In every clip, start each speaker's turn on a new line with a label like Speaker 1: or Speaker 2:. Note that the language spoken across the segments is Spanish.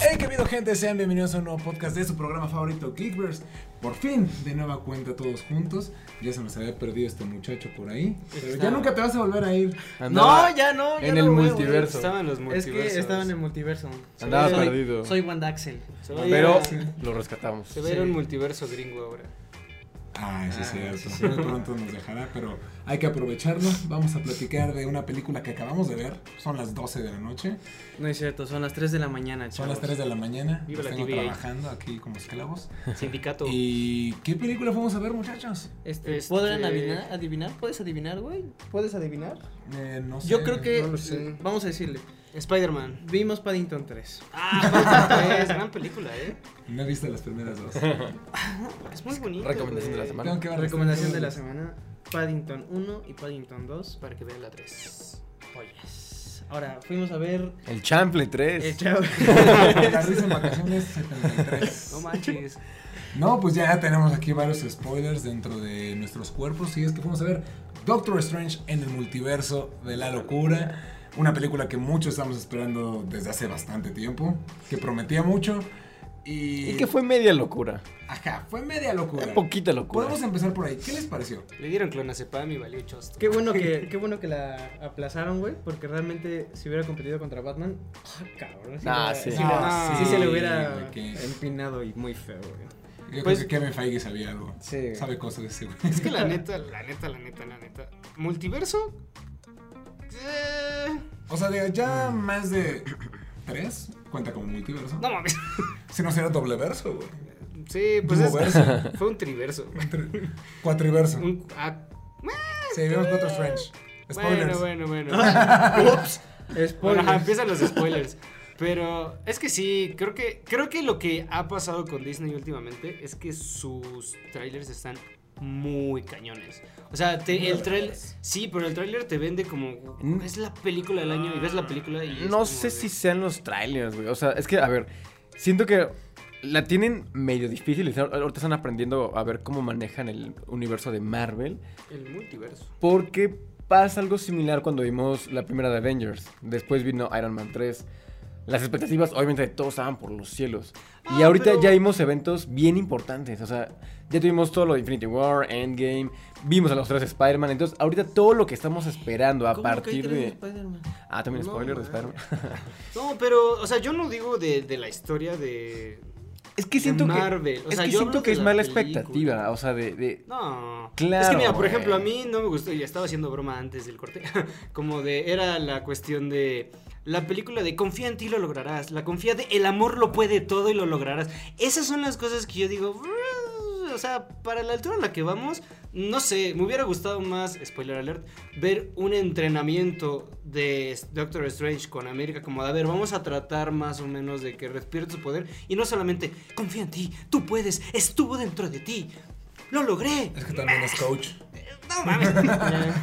Speaker 1: Hey, qué video, gente. Sean bienvenidos a un nuevo podcast de su programa favorito, Clickverse. Por fin, de nueva cuenta, todos juntos. Ya se nos había perdido este muchacho por ahí. Pero ya
Speaker 2: Está-
Speaker 1: nunca te vas a volver a ir.
Speaker 3: Andaba-
Speaker 2: no, ya no. ya
Speaker 3: en
Speaker 2: no
Speaker 3: el
Speaker 2: voy a
Speaker 3: multiverso.
Speaker 2: volver.
Speaker 4: Estaban en los
Speaker 2: Es
Speaker 4: multiversos.
Speaker 2: que estaba en el multiverso.
Speaker 3: Andaba
Speaker 2: Soy-
Speaker 3: perdido.
Speaker 2: Soy Wanda Axel.
Speaker 4: Se va a ir
Speaker 3: Pero
Speaker 4: a- se
Speaker 3: lo rescatamos.
Speaker 4: va a ir a un
Speaker 2: Sí.
Speaker 4: multiverso gringo ahora.
Speaker 1: Ay, sí,
Speaker 2: Ah,
Speaker 1: es cierto.
Speaker 2: sí,
Speaker 1: Muy pronto nos dejará, pero hay que aprovecharlo. Vamos a platicar de una película que acabamos de ver. Son las 12 de la noche.
Speaker 2: No es cierto, son las 3 de la mañana,
Speaker 1: Son las
Speaker 2: chavos.
Speaker 1: 3 de la mañana.
Speaker 4: Viva
Speaker 1: Los
Speaker 4: la
Speaker 1: tengo
Speaker 4: TVA.
Speaker 1: trabajando aquí como esclavos.
Speaker 4: Sindicato.
Speaker 1: ¿Y qué película fuimos a ver, muchachos?
Speaker 2: Este,
Speaker 4: Este-
Speaker 2: ¿Podrán adivinar, adivinar? ¿Puedes adivinar, güey? ¿Puedes adivinar?
Speaker 1: Eh, no sé.
Speaker 2: Yo creo que.
Speaker 4: no lo sé.
Speaker 2: eh, Vamos a decirle.
Speaker 4: Spider-Man.
Speaker 2: Vimos Paddington 3.
Speaker 4: Ah, es gran película, ¿eh?
Speaker 1: No he visto las primeras dos.
Speaker 4: Es muy bonito.
Speaker 3: Recomendación de la
Speaker 4: güey.
Speaker 3: semana.
Speaker 1: Tengo que ver las
Speaker 2: Recomendación de la
Speaker 1: primeras.
Speaker 2: semana: Paddington 1 y Paddington 2.
Speaker 4: Para que vean la 3.
Speaker 2: Ollas. Ahora, fuimos a ver.
Speaker 3: El Chample
Speaker 2: El
Speaker 3: 3.
Speaker 2: chavo.
Speaker 1: La risa en vacaciones 73.
Speaker 4: No manches.
Speaker 1: No, pues ya tenemos aquí varios spoilers dentro de nuestros cuerpos. Y es que vamos a ver Doctor Strange en el multiverso de la locura. Una película que muchos estamos esperando desde hace bastante tiempo. Que prometía mucho. Y,
Speaker 3: Y que fue media locura.
Speaker 1: Ajá, fue media locura.
Speaker 3: Poquita locura.
Speaker 1: Podemos empezar por ahí. ¿Qué les pareció?
Speaker 4: Le dieron clonazepam y valió chosto.
Speaker 2: Qué bueno que, qué bueno que la aplazaron, güey, porque realmente si hubiera competido contra Batman, ah, cabrón, si
Speaker 3: Ah,
Speaker 2: la-
Speaker 3: sí.
Speaker 2: si
Speaker 4: Ah,
Speaker 2: la-
Speaker 4: sí.
Speaker 2: si se le
Speaker 1: güey,
Speaker 2: hubiera
Speaker 1: que-
Speaker 2: empinado y muy feo, güey.
Speaker 1: yo
Speaker 4: Pues-
Speaker 1: creo que Kevin Feige sabía algo.
Speaker 2: Sí.
Speaker 1: Sabe cosas de ese güey.
Speaker 4: Es que la neta, la neta, la neta, la neta. ¿Multiverso? Eh,
Speaker 1: O sea, de ya más de tres cuenta como multiverso.
Speaker 4: no mames.
Speaker 1: Si no será doble verso, güey.
Speaker 4: Sí, pues
Speaker 1: Duoverso.
Speaker 4: es, fue un triverso.
Speaker 1: Cuatriverso.
Speaker 4: Un, ah,
Speaker 1: Sí, vemos Doctor Strange. Spoilers.
Speaker 4: bueno, bueno, bueno.
Speaker 2: Ups.
Speaker 4: Bueno,
Speaker 2: Spoiler.
Speaker 4: ajá, empiezan los spoilers. Pero es que sí, creo que, creo que lo que ha pasado con Disney últimamente es que sus trailers están muy cañones. O sea, te-
Speaker 1: Muy
Speaker 4: el trailer...
Speaker 1: vergas.
Speaker 4: Sí, pero el trailer te vende como... Es la película del año y ves la película y... es
Speaker 3: Mm. Ah, No
Speaker 4: como
Speaker 3: sé
Speaker 4: de-
Speaker 3: si sean los trailers, güey. O sea, es que, a ver, siento que la tienen medio difícil. y ahor- Ahorita están aprendiendo a ver cómo manejan el universo de Marvel.
Speaker 4: El multiverso.
Speaker 3: Porque pasa algo similar cuando vimos la primera de Avengers. Después vino Iron Man 3. Las expectativas, obviamente, de todos estaban por los cielos. y
Speaker 4: Ah,
Speaker 3: ahorita
Speaker 4: pero-
Speaker 3: ya vimos eventos bien importantes. O sea, ya tuvimos todo lo de Infinity War, Endgame. Vimos a los tres Spider-Man. Entonces, ahorita todo lo que estamos esperando a
Speaker 2: ¿Cómo que hay
Speaker 3: partir
Speaker 2: tres
Speaker 3: de.
Speaker 2: Spider-Man?
Speaker 3: Ah, también
Speaker 4: No,
Speaker 3: spoiler de
Speaker 4: man.
Speaker 3: Spider-Man.
Speaker 4: No, pero, o sea, yo no digo de, de la historia de...
Speaker 3: es que siento
Speaker 4: de
Speaker 3: que.
Speaker 4: Marvel. O
Speaker 3: Es
Speaker 4: sea,
Speaker 3: que
Speaker 4: yo
Speaker 3: siento
Speaker 4: hablo
Speaker 3: que
Speaker 4: de
Speaker 3: es
Speaker 4: la
Speaker 3: mala
Speaker 4: película.
Speaker 3: expectativa. O sea, de. de-
Speaker 4: No.
Speaker 3: Claro,
Speaker 4: Es que mira, por
Speaker 3: güey.
Speaker 4: ejemplo, a mí no me gustó, y estaba haciendo broma antes del corte, como de, era la cuestión de, la película de confía en ti lo lograrás, la confía de el amor lo puede todo y lo lograrás. Esas son las cosas que yo digo, "Bruh", o sea, para la altura a la que vamos, no sé, me hubiera gustado más, spoiler alert, ver un entrenamiento de Doctor Strange con América, como de, a ver, vamos a tratar más o menos de que respire tu poder y no solamente, confía en ti, tú puedes, estuvo dentro de ti. Lo logré.
Speaker 1: Es que también es coach.
Speaker 4: No mames.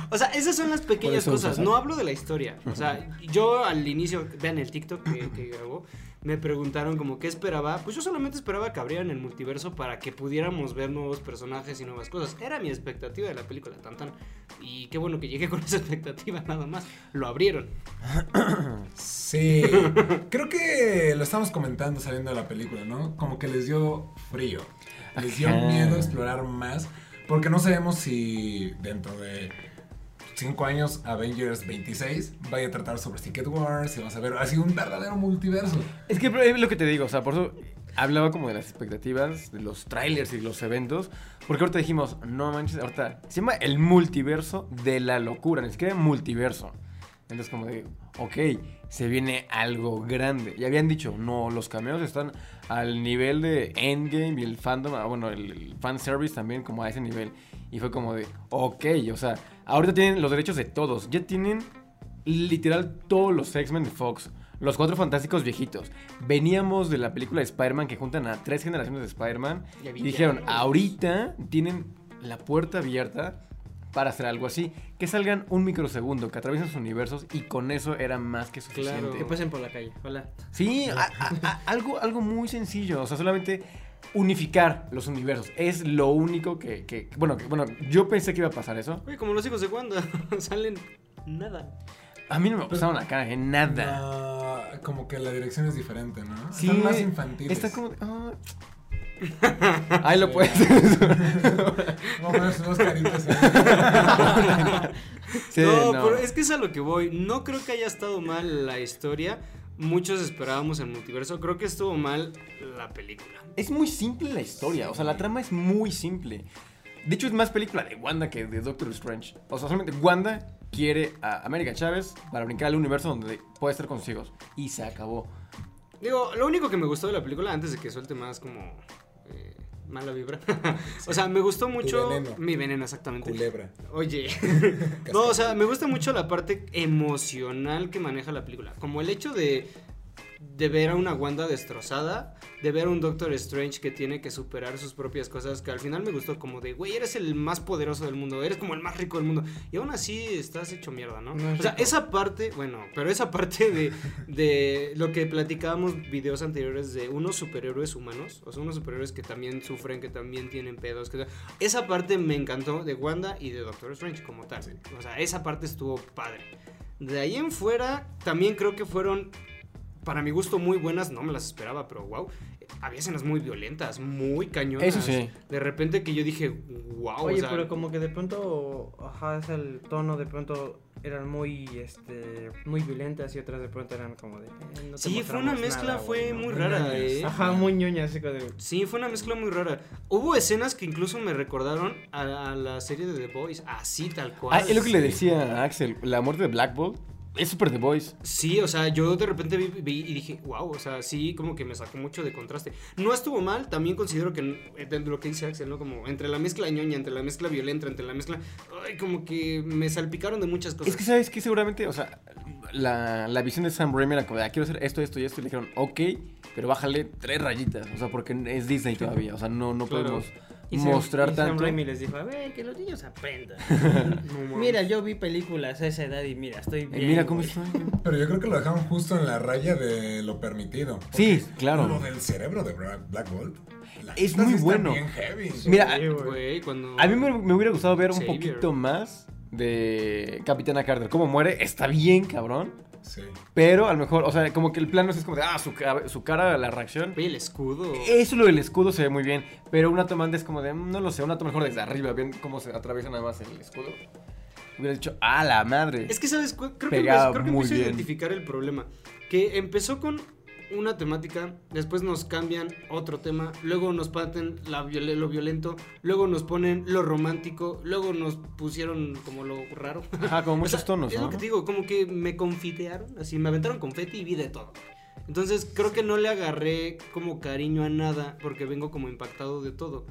Speaker 4: o sea, esas son las pequeñas
Speaker 3: Por eso
Speaker 4: cosas.
Speaker 3: usas
Speaker 4: No hablo de la historia. O sea, yo al inicio, vean el TikTok que, que grabó, me preguntaron como qué esperaba. Pues yo solamente esperaba que abrieran el multiverso para que pudiéramos ver nuevos personajes y nuevas cosas. Era mi expectativa de la película tan tan. Y qué bueno que llegué con esa expectativa nada más. Lo abrieron.
Speaker 1: Sí. Creo que lo estamos comentando saliendo de la película, ¿no? Como que les dio frío. Les dio
Speaker 3: Ajá.
Speaker 1: miedo explorar más. Porque no sabemos si dentro de cinco años Avengers 26 vaya a tratar sobre Secret Wars. Si vamos a ver así un verdadero multiverso.
Speaker 3: Es que pero es lo que te digo. O sea, por eso hablaba como de las expectativas, de los trailers y los eventos. Porque ahorita dijimos, no manches, ahorita se llama el multiverso de la locura, ni siquiera multiverso. Entonces como de, ok, se viene algo grande. Y habían dicho, no, los cameos están al nivel de Endgame y el fandom, ah, bueno, el, el fanservice también como a ese nivel. Y fue como de, ok, o sea, ahorita tienen los derechos de todos. Ya tienen literal todos los X-Men de Fox. Los cuatro fantásticos viejitos. Veníamos de la película de Spider-Man que juntan a tres generaciones de Spider-Man.
Speaker 4: Ya
Speaker 3: Y
Speaker 4: vi que-
Speaker 3: dijeron, ahorita tienen la puerta abierta para hacer algo así. Que salgan un microsegundo, que atraviesen sus universos y con eso era más que suficiente. pues, em
Speaker 2: Que pasen por la calle. Hola.
Speaker 3: Sí, a- a- a- algo, algo muy sencillo. O sea, solamente unificar los universos. Es lo único que... que- bueno, que- bueno, yo pensé que iba a pasar eso.
Speaker 4: Oye, como los hijos de Wanda. Salen nada.
Speaker 3: A mí no me pasaron acá, en nada.
Speaker 1: Ah, ah, como que la dirección es diferente, ¿no?
Speaker 3: Sí,
Speaker 1: Están más infantiles.
Speaker 3: Está como. de, ah. Ahí lo puedes.
Speaker 1: Vamos a poner sus dos caritas. ahí.
Speaker 3: Sí,
Speaker 4: no, pero es que es a lo que voy. No creo que haya estado mal la historia. Muchos esperábamos el multiverso. Creo que estuvo mal la película.
Speaker 3: Es muy simple la historia, o sea, la trama es muy simple. De hecho, es más película de Wanda que de Doctor Strange. O sea, solamente Wanda quiere a América Chávez para brincar al universo donde puede estar con sus hijos. Y se acabó.
Speaker 4: Digo, lo único que me gustó de la película, antes de que suelte más como eh, mala vibra. o sea, me gustó mucho
Speaker 1: veneno.
Speaker 4: mi veneno, exactamente.
Speaker 1: Culebra.
Speaker 4: Oye, no, o sea, me gusta mucho la parte emocional que maneja la película. Como el hecho de, de ver a una Wanda destrozada, de ver a un Doctor Strange que tiene que superar sus propias cosas, que al final me gustó como de, güey, eres el más poderoso del mundo, eres como el más rico del mundo, y aún así estás hecho mierda, ¿no?
Speaker 2: No es
Speaker 4: o sea,
Speaker 2: rico.
Speaker 4: esa parte, bueno, pero esa parte de, de lo que platicábamos videos anteriores de unos superhéroes humanos, o sea, unos superhéroes que también sufren, que también tienen pedos, que esa parte me encantó de Wanda y de Doctor Strange como tal. O sea, esa parte estuvo padre. De ahí en fuera, también creo que fueron, para mi gusto, muy buenas. No me las esperaba, pero wow. Había escenas muy violentas, muy cañonas.
Speaker 3: Eso sí.
Speaker 4: De repente que yo dije, wow.
Speaker 2: Oye, pero como que de pronto, ajá, es el tono, de pronto eran muy, este, muy violentas y otras de pronto eran como de... eh, no te
Speaker 4: Sí, fue una
Speaker 2: mostramos
Speaker 4: mezcla,
Speaker 2: nada,
Speaker 4: fue
Speaker 2: güey, ¿no?
Speaker 4: muy rara, ¿eh?
Speaker 2: Ajá, muy ñoña, así como de...
Speaker 4: Sí, fue una mezcla muy rara. Hubo escenas que incluso me recordaron a, a la serie de The Boys, así tal cual.
Speaker 3: Ah, es lo que le decía a Axel: la muerte de Black Bolt es super The Voice.
Speaker 4: Sí, o sea, yo de repente vi, vi y dije, wow, o sea, sí, como que me sacó mucho de contraste. No estuvo mal, también considero que, eh, de lo que dice Axel, ¿no? Como entre la mezcla ñoña, entre la mezcla violenta, entre la mezcla. Ay, como que me salpicaron de muchas cosas.
Speaker 3: Es que sabes que seguramente, o sea, la, la visión de Sam Raimi era como de, "Ah, quiero hacer esto, esto y esto. Y le dijeron, ok, pero bájale tres rayitas. O sea, porque es Disney todavía. O sea, no, no
Speaker 4: Claro.
Speaker 3: podemos
Speaker 2: Y Sam-
Speaker 3: mostrar
Speaker 2: y Sam
Speaker 3: tanto. Eh,
Speaker 2: Raimi les dijo, a ver, que los niños aprendan.
Speaker 4: No mames.
Speaker 2: mira, yo vi películas a esa edad y mira, estoy
Speaker 3: Eh,
Speaker 2: bien.
Speaker 3: mira cómo
Speaker 2: güey.
Speaker 3: está.
Speaker 1: Pero yo creo que lo dejaron justo en la raya de lo permitido.
Speaker 3: Sí, claro.
Speaker 1: Lo del cerebro de Bra- Black Bolt. la
Speaker 3: Es
Speaker 1: neta
Speaker 3: muy
Speaker 1: sí está
Speaker 3: bueno.
Speaker 1: bien heavy.
Speaker 3: Mira,
Speaker 2: Sí, güey.
Speaker 4: Güey, cuando.
Speaker 3: a mí me, me hubiera gustado ver un
Speaker 4: Xavier.
Speaker 3: poquito más de Capitana Carter. Cómo muere, está bien, cabrón.
Speaker 1: Sí.
Speaker 3: Pero a lo mejor, o sea, como que el plano es como de, ah, su, ca- su cara, la reacción.
Speaker 4: Oye, el escudo.
Speaker 3: Eso lo del escudo se ve muy bien, pero una toma antes como de, mm, no lo sé, una toma mejor desde arriba, ven cómo se atraviesa nada más el escudo. Hubiera dicho, ah, la madre.
Speaker 4: Es que, ¿sabes? cu-
Speaker 3: Pegaba
Speaker 4: Creo que, empe- creo que
Speaker 3: muy
Speaker 4: empiezo
Speaker 3: bien.
Speaker 4: a identificar el problema. Que empezó con una temática, después nos cambian otro tema, luego nos paten la viol- lo violento, luego nos ponen lo romántico, luego nos pusieron como lo raro.
Speaker 3: Ajá, como muchos
Speaker 4: O sea,
Speaker 3: tonos,
Speaker 4: Es
Speaker 3: ¿no?
Speaker 4: lo que te digo, como que me confitearon, así me aventaron confeti y vi de todo. Entonces creo que no le agarré como cariño a nada porque vengo como impactado de todo.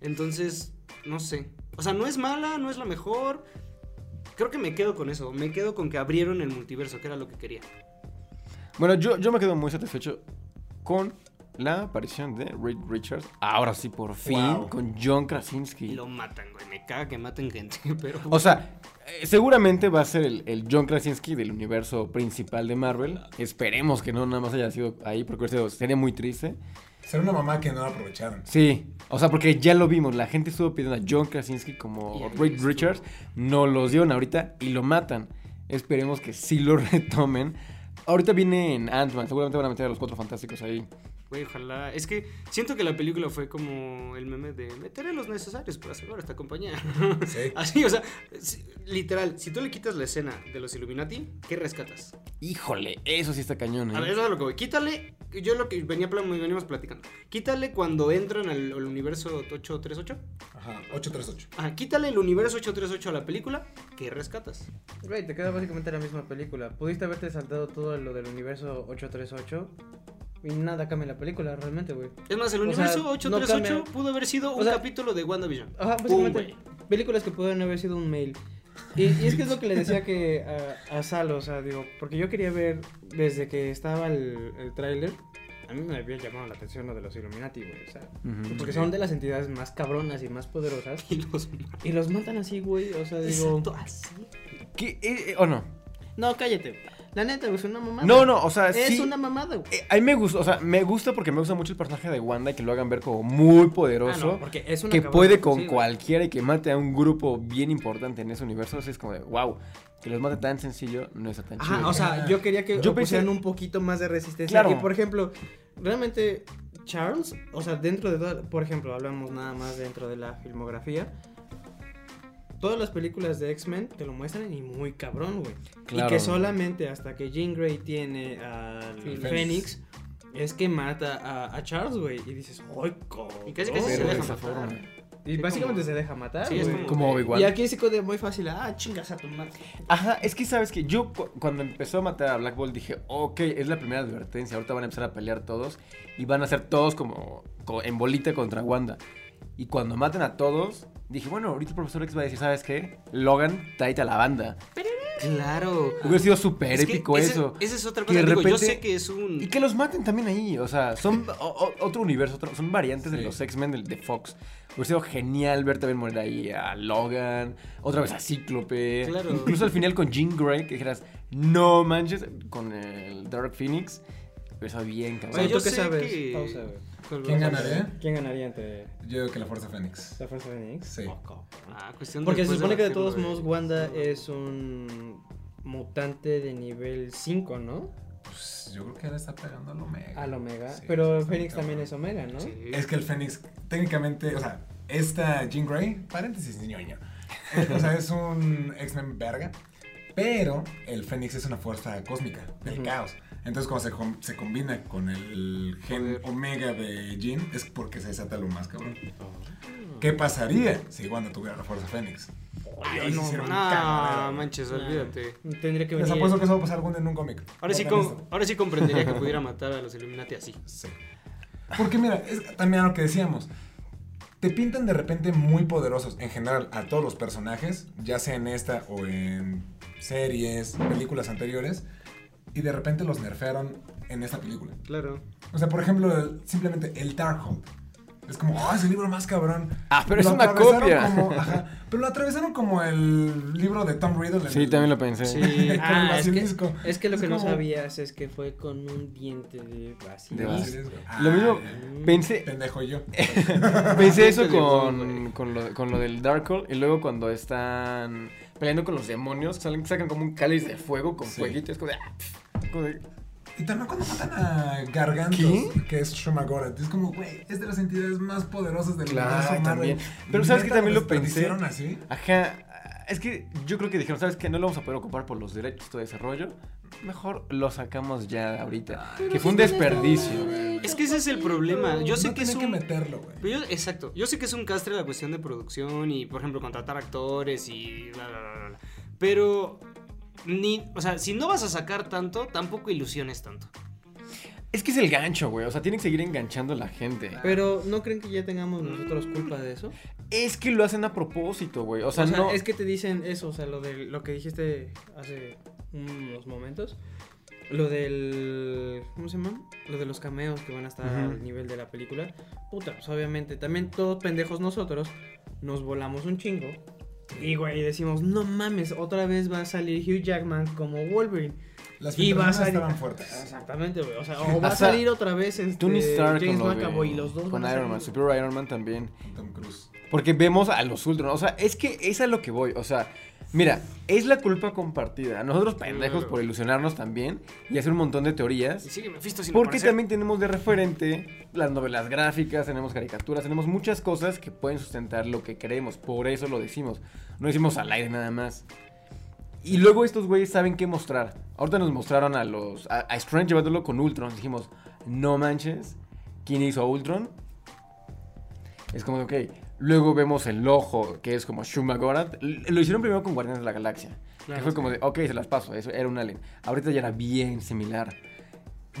Speaker 4: Entonces, no sé. O sea, no es mala, no es la mejor. Creo que me quedo con eso. Me quedo con que abrieron el multiverso, que era lo que quería.
Speaker 3: Bueno, yo, yo me quedo muy satisfecho con la aparición de Reed Richards. Ahora sí, por fin,
Speaker 1: Wow.
Speaker 3: con John
Speaker 4: Y
Speaker 3: Krasinski.
Speaker 4: lo matan, güey. Me caga que maten gente, pero...
Speaker 3: O sea, eh, seguramente va a ser el, el John Krasinski del universo principal de Marvel. Esperemos que no nada más haya sido ahí, porque hubiera sido- sería muy triste.
Speaker 1: Será una mamá que no la aprovecharon.
Speaker 3: Sí, o sea, porque ya lo vimos, la gente estuvo pidiendo a John Krasinski como
Speaker 4: Y ahí
Speaker 3: Rick
Speaker 4: estuvo.
Speaker 3: Richards, no los dieron ahorita y lo matan. Esperemos que sí lo retomen. Ahorita viene en Ant-Man, seguramente van a meter a los cuatro fantásticos ahí.
Speaker 4: Güey, ojalá. Es que siento que la película fue como el meme de meteré los necesarios para salvar a esta compañía.
Speaker 1: Sí.
Speaker 4: Así, o sea, si- literal, si tú le quitas la escena de los Illuminati, ¿qué rescatas?
Speaker 3: Híjole, eso sí está cañón, ¿eh?
Speaker 4: A ver, eso es a lo que voy. Quítale, yo lo que venía plan- veníamos platicando. Quítale cuando entran al, al universo 838.
Speaker 1: Ajá. 838.
Speaker 4: Ajá, quítale el universo 838 a la película, ¿qué rescatas?
Speaker 2: Güey, te queda básicamente la misma película. Pudiste haberte saltado todo lo del universo 838 y nada cambia la película realmente, güey.
Speaker 4: Es más, el
Speaker 2: O sea,
Speaker 4: universo
Speaker 2: no
Speaker 4: 838
Speaker 2: cambia.
Speaker 4: pudo haber sido
Speaker 2: O
Speaker 4: un
Speaker 2: sea- ah.
Speaker 4: capítulo de WandaVision.
Speaker 2: Ajá,
Speaker 4: Pum,
Speaker 2: básicamente películas que pueden haber sido un mail. Y, y es que es lo que le decía que a, a Salo, o sea, digo, porque yo quería ver desde que estaba el, el tráiler, a mí me había llamado la atención lo de los Illuminati, güey, o sea,
Speaker 3: Ujú.
Speaker 2: porque son de las entidades más cabronas y más poderosas
Speaker 4: Y los
Speaker 2: y los matan así, güey, o sea, digo,
Speaker 4: Exacto, así.
Speaker 3: ¿Qué? Eh, eh, ¿O no?
Speaker 2: no, cállate. La neta, güey, es una mamada.
Speaker 3: No, no, o sea,
Speaker 2: Es
Speaker 3: sí.
Speaker 2: una mamada, güey.
Speaker 3: Eh, a mí me gusta, o sea, me gusta porque me gusta mucho el personaje de Wanda y que lo hagan ver como muy poderoso.
Speaker 5: Ah, no, porque es una
Speaker 3: que
Speaker 5: cabrona,
Speaker 3: puede
Speaker 2: pues,
Speaker 3: con
Speaker 5: sí, güey.
Speaker 3: cualquiera y que mate a un grupo bien importante en ese universo. Así es como de, wow, que los mate tan sencillo no está tan
Speaker 2: Ajá,
Speaker 3: chido.
Speaker 2: o sea, yo quería que
Speaker 3: Yo
Speaker 2: pusieran
Speaker 3: pensé-
Speaker 2: un poquito más de resistencia.
Speaker 3: Claro.
Speaker 2: Que, por ejemplo, realmente Charles, o sea, dentro de toda, por ejemplo, hablamos nada más dentro de la filmografía. Todas las películas de X-Men te lo muestran y muy cabrón, güey.
Speaker 3: Claro.
Speaker 2: Y que solamente hasta que Jean Grey tiene al
Speaker 1: Sí,
Speaker 2: Fénix es que mata a, a Charles, güey. Y dices, ¡ay, cabrón!
Speaker 4: Y casi casi
Speaker 3: Pero de
Speaker 4: se deja
Speaker 3: esa
Speaker 4: matar.
Speaker 3: forma.
Speaker 2: Y
Speaker 4: Sí,
Speaker 2: básicamente
Speaker 4: como-
Speaker 2: se deja matar,
Speaker 4: Sí, es
Speaker 2: güey.
Speaker 4: como-
Speaker 3: Como Obi-Wan.
Speaker 2: Y aquí es como de muy fácil, ah, chingas a tu madre.
Speaker 3: Ajá, es que sabes que yo cu- cuando empezó a matar a Black Bolt dije, ok, es la primera advertencia, ahorita van a empezar a pelear todos y van a ser todos como co- en bolita contra Wanda. Y cuando maten a todos, dije, bueno, ahorita el profesor X va a decir, ¿sabes qué? Logan, tráete a la banda.
Speaker 4: Claro.
Speaker 3: Hubiera sido súper
Speaker 4: Es que
Speaker 3: épico
Speaker 4: ese-
Speaker 3: eso.
Speaker 4: Esa es otra
Speaker 3: Que
Speaker 4: cosa.
Speaker 3: de
Speaker 4: Digo, yo
Speaker 3: repente-
Speaker 4: sé que es un.
Speaker 3: Y que los maten también ahí, o sea, son o- o- otro universo, otro- son variantes de
Speaker 1: Sí.
Speaker 3: los X-Men del- de, Fox. Hubiera sido genial ver también morir ahí a Logan, otra vez a Cíclope.
Speaker 4: Claro.
Speaker 3: Incluso al final con Jean Grey, que dijeras, no manches, con el Dark Phoenix. Hubiera estado bien,
Speaker 4: O
Speaker 2: O sea,
Speaker 4: sea,
Speaker 3: cabrón.
Speaker 4: yo
Speaker 2: ¿tú qué
Speaker 4: sé
Speaker 2: sabes?
Speaker 4: que-
Speaker 2: Pausa, güey.
Speaker 1: ¿Quién ganaría?
Speaker 2: ¿Quién ganaría entre
Speaker 1: Yo creo que la Fuerza Fénix.
Speaker 2: la Fuerza Fénix?
Speaker 1: Sí.
Speaker 4: Ah, cuestión de
Speaker 2: Porque se
Speaker 4: después
Speaker 2: supone que de
Speaker 4: bajarlo
Speaker 2: todos modos Wanda
Speaker 4: Sí.
Speaker 2: es un mutante de nivel 5, ¿no?
Speaker 1: Pues yo creo que ahora está pegando al Omega.
Speaker 2: Al Omega.
Speaker 1: Sí, sí,
Speaker 2: Pero
Speaker 1: está
Speaker 2: Fénix
Speaker 1: muy
Speaker 2: también
Speaker 1: cabrón.
Speaker 2: es Omega, ¿no?
Speaker 4: Sí.
Speaker 1: Es que el Fénix, técnicamente, o sea, esta Jean Grey, paréntesis, ñoño. eh, O sea, es un X-Men verga, pero el Fénix es una fuerza cósmica del
Speaker 2: Ujú.
Speaker 1: caos. Entonces, cuando se, com- se combina con el gen
Speaker 4: Joder.
Speaker 1: omega de Jean, es porque se desata lo más cabrón.
Speaker 4: Ah.
Speaker 1: ¿Qué pasaría si Wanda tuviera la fuerza Fénix?
Speaker 4: Ay, no,
Speaker 1: hicieron un
Speaker 4: no,
Speaker 1: cagadero.
Speaker 4: manches,
Speaker 2: Nah.
Speaker 4: olvídate.
Speaker 2: Tendría que
Speaker 1: Les
Speaker 2: venir.
Speaker 1: apuesto que eso va a pasar algún día en un cómic.
Speaker 4: Ahora sí,
Speaker 1: Otra
Speaker 4: com-
Speaker 1: vez.
Speaker 4: ahora sí comprendería que pudiera matar a los Illuminati así.
Speaker 1: Sí. Porque mira, es también lo que decíamos. Te pintan de repente muy poderosos en general a todos los personajes, ya sea en esta o en series, películas anteriores, y de repente los nerfearon en esta película.
Speaker 4: Claro.
Speaker 1: O sea, por ejemplo, el- simplemente el Darkhold. Es como, ah, es el libro más cabrón.
Speaker 3: Ah, pero es
Speaker 1: Lo
Speaker 3: una
Speaker 1: atravesaron
Speaker 3: copia.
Speaker 1: como- ajá, pero lo atravesaron como el libro de Tom Riddle.
Speaker 3: Sí, también lo pensé.
Speaker 4: Sí.
Speaker 1: con el
Speaker 2: Ah, es que,
Speaker 1: basilisco.
Speaker 2: es que lo
Speaker 1: Es
Speaker 2: que no
Speaker 1: como-
Speaker 2: sabías es que fue con un diente de
Speaker 3: De
Speaker 2: basilisco.
Speaker 3: basilisco.
Speaker 1: Lo
Speaker 3: Lo mismo, pensé,
Speaker 1: Ah, Pendejo yo.
Speaker 3: Pensé eso
Speaker 4: Gente de
Speaker 3: con,
Speaker 4: Google.
Speaker 3: con, lo, con lo del Darkhold y luego cuando están peleando con los demonios, salen, sacan como un cáliz de fuego con
Speaker 1: Sí.
Speaker 3: fueguitos, como de... ah, pf, como de-
Speaker 1: Y también cuando matan a Gargantos,
Speaker 3: ¿Qué?
Speaker 1: que es Shumagorat, es como, güey, es de las entidades más poderosas del
Speaker 3: Claro,
Speaker 1: universo Marvel.
Speaker 3: también. Pero ¿sabes
Speaker 1: ¿Neta
Speaker 3: qué también lo
Speaker 1: desperdiciaron así?
Speaker 3: Ajá, es que yo creo que dijeron, ¿sabes qué? No lo vamos a poder ocupar por los derechos de desarrollo. Mejor lo sacamos ya ahorita. Que fue un desperdicio.
Speaker 4: Es que ese es el problema. Yo sé
Speaker 1: no
Speaker 4: que es
Speaker 1: tenían
Speaker 4: un.
Speaker 1: que meterlo, güey.
Speaker 4: Pero yo- exacto. Yo sé que es un castre la cuestión de producción y, por ejemplo, contratar actores y. bla, bla, bla, bla, bla. Pero. Ni, o sea, si no vas a sacar tanto, tampoco ilusiones tanto.
Speaker 3: Es que es el gancho, güey. O sea, tienen que seguir enganchando a la gente.
Speaker 2: Pero ¿no creen que ya tengamos nosotros culpa de eso?
Speaker 3: Es que lo hacen a propósito, güey. O sea,
Speaker 2: O sea,
Speaker 3: no...
Speaker 2: es que te dicen eso, o sea, lo de lo que dijiste hace unos momentos. Lo del. ¿Cómo se llama? Lo de los cameos que van a estar
Speaker 3: Ujú.
Speaker 2: al nivel de la película. Puta, pues obviamente. También todos pendejos nosotros nos volamos un chingo. Y güey, decimos, no mames, otra vez va a salir Hugh Jackman como Wolverine.
Speaker 1: Las
Speaker 2: y va a
Speaker 1: filtraciones
Speaker 2: salir-
Speaker 1: estaban fuertes.
Speaker 2: Exactamente, güey. O sea, o va a
Speaker 3: Hasta
Speaker 2: salir otra vez este,
Speaker 3: Tony Stark
Speaker 2: James
Speaker 3: con, lo de-
Speaker 2: McAvoy y los dos.
Speaker 3: con
Speaker 2: van a
Speaker 3: Iron Man,
Speaker 2: salir.
Speaker 3: Super Iron Man también.
Speaker 1: Tom Cruise.
Speaker 3: Porque vemos a los Ultron. O sea, es que es a lo que voy. O sea, mira, es la culpa compartida. Nosotros pendejos
Speaker 4: Claro.
Speaker 3: por ilusionarnos también y hacer un montón de
Speaker 4: Y
Speaker 3: teorías.
Speaker 4: sigue Mephisto sin
Speaker 3: Porque
Speaker 4: aparecer.
Speaker 3: también tenemos de referente las novelas gráficas, tenemos caricaturas, tenemos muchas cosas que pueden sustentar lo que creemos. Por eso lo decimos. No decimos al aire nada más. Y luego estos güeyes saben qué mostrar. Ahorita nos mostraron a los. a, a Strange llevándolo con Ultron. Dijimos, no manches. ¿Quién hizo a Ultron? Es como, ok. Luego vemos el ojo, que es como Shumagorat. L- Lo hicieron primero con Guardianes de la Galaxia. que fue como de, ok, se las paso. Eso era un alien. Ahorita ya era bien similar.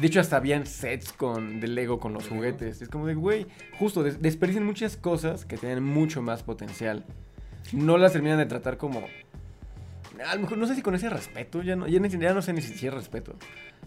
Speaker 3: De hecho, hasta habían sets con, de Lego con los juguetes. Es como de, güey, justo, des- desperdician muchas cosas que tienen mucho más potencial. No las terminan de tratar como. A lo mejor, no sé si con ese respeto, ya no, ya, ni- ya no sé ni si es respeto.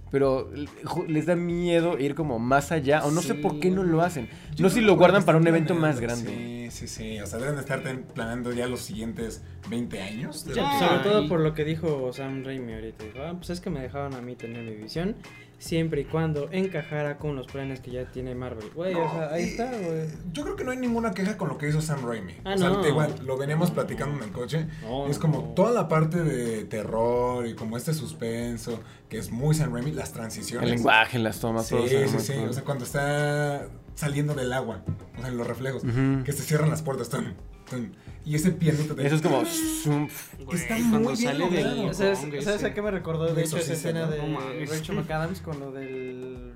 Speaker 3: pero l- ju- les da miedo ir como más allá, o no sé por
Speaker 2: Sí.
Speaker 3: qué no lo hacen.
Speaker 1: Yo
Speaker 3: no
Speaker 1: creo
Speaker 3: sé si
Speaker 1: que
Speaker 3: lo guardan
Speaker 1: están
Speaker 3: para un evento más
Speaker 1: planeando,
Speaker 3: grande.
Speaker 1: Sí, sí, sí. O sea, deben de estar ten- planeando ya los siguientes 20 años. Pues, de
Speaker 4: Ya.
Speaker 1: lo que-
Speaker 2: Sobre
Speaker 4: Ah,
Speaker 2: todo
Speaker 4: y-
Speaker 2: por lo que dijo Sam Raimi ahorita. Dijo, ah, pues es que me dejaban a mí tener mi visión siempre y cuando encajara con los planes que ya tiene Marvel. Güey, o sea, ahí
Speaker 1: No,
Speaker 2: está, güey.
Speaker 1: Yo creo que no hay ninguna queja con lo que hizo Sam Raimi.
Speaker 2: Ah,
Speaker 1: o sea,
Speaker 2: no.
Speaker 1: igual, lo veníamos platicando en el coche.
Speaker 2: No,
Speaker 1: y es como
Speaker 2: no.
Speaker 1: toda la parte de terror y como este suspenso, que es muy Sam Raimi, las transiciones.
Speaker 3: El lenguaje, las tomas,
Speaker 1: Sí,
Speaker 3: todo. o sea,
Speaker 1: sí, sí.
Speaker 3: muy cool.
Speaker 1: O sea, cuando está saliendo del agua, o sea, en los reflejos,
Speaker 3: Ujú.
Speaker 1: que se cierran las puertas, tun, tun, y ese pianito de...
Speaker 3: Eso es como... zoom, pf,
Speaker 4: Güey,
Speaker 1: Está
Speaker 4: cuando
Speaker 1: muy bien
Speaker 4: sale
Speaker 1: logrado.
Speaker 4: del.
Speaker 2: ¿Sabes,
Speaker 4: gong
Speaker 2: sabes
Speaker 4: ese.
Speaker 2: a qué me recordó?
Speaker 1: Un
Speaker 2: De hecho, esa
Speaker 1: exorcista,
Speaker 2: escena
Speaker 1: ¿no?
Speaker 2: de
Speaker 4: No mames.
Speaker 2: Rachel McAdams con lo del.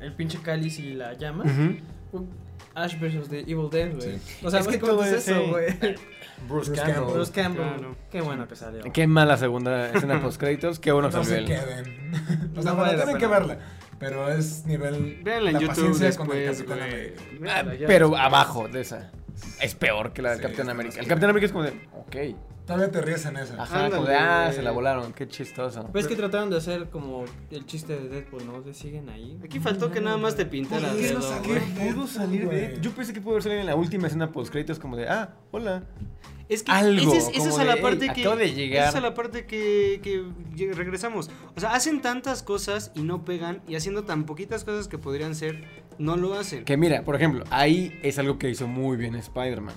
Speaker 2: El pinche cáliz y la llama.
Speaker 3: ujú.
Speaker 2: Ash versus The Evil Dead, güey.
Speaker 3: Sí.
Speaker 2: O sea,
Speaker 3: Es
Speaker 2: es
Speaker 3: que
Speaker 2: que
Speaker 3: todo
Speaker 2: es
Speaker 3: es-
Speaker 2: eso,
Speaker 3: sí.
Speaker 2: güey.
Speaker 1: Bruce,
Speaker 2: Pero es Campbell.
Speaker 4: Claro.
Speaker 2: Qué bueno que salió.
Speaker 3: Qué mala segunda escena post créditos, qué bueno
Speaker 1: no
Speaker 3: salió
Speaker 1: se
Speaker 3: él.
Speaker 1: queden. o sea, bueno,
Speaker 2: No vale la
Speaker 1: tienen que
Speaker 2: pena.
Speaker 1: verla. Pero es nivel.
Speaker 4: Véanla en
Speaker 1: la
Speaker 4: YouTube
Speaker 1: paciencia con el
Speaker 4: después,
Speaker 1: Capitán
Speaker 4: güey.
Speaker 1: América.
Speaker 3: Ah,
Speaker 2: Ya-
Speaker 3: pero abajo de esa. Es peor que la del
Speaker 1: Sí,
Speaker 3: Capitán
Speaker 1: está
Speaker 3: América.
Speaker 1: más
Speaker 3: El Capitán América es como de, ok.
Speaker 1: Todavía te ríes en esa.
Speaker 3: Ajá, como de,
Speaker 4: Ándale.
Speaker 3: ah, se la volaron, qué chistoso.
Speaker 2: Ves que trataron de hacer como el chiste de Deadpool, ¿no? De siguen ahí.
Speaker 4: Aquí faltó que nada más te
Speaker 1: ¿Por
Speaker 4: pintara
Speaker 1: qué
Speaker 4: dedo,
Speaker 1: lo saqué?
Speaker 4: güey.
Speaker 1: Pudo salir de-
Speaker 3: Yo pensé que pudo haber salido en la última escena post créditos como de, ah, hola.
Speaker 4: Es que
Speaker 3: Algo,
Speaker 4: esa es, esa
Speaker 3: como
Speaker 4: es
Speaker 3: de,
Speaker 4: a la
Speaker 3: "Ey,
Speaker 4: parte que
Speaker 3: acabo de llegar".
Speaker 4: esa es a la parte que, que lleg- regresamos. O sea, hacen tantas cosas y no pegan y haciendo tan poquitas cosas que podrían ser, no lo hacen.
Speaker 3: Que mira, por ejemplo, ahí es algo que hizo muy bien Spider-Man.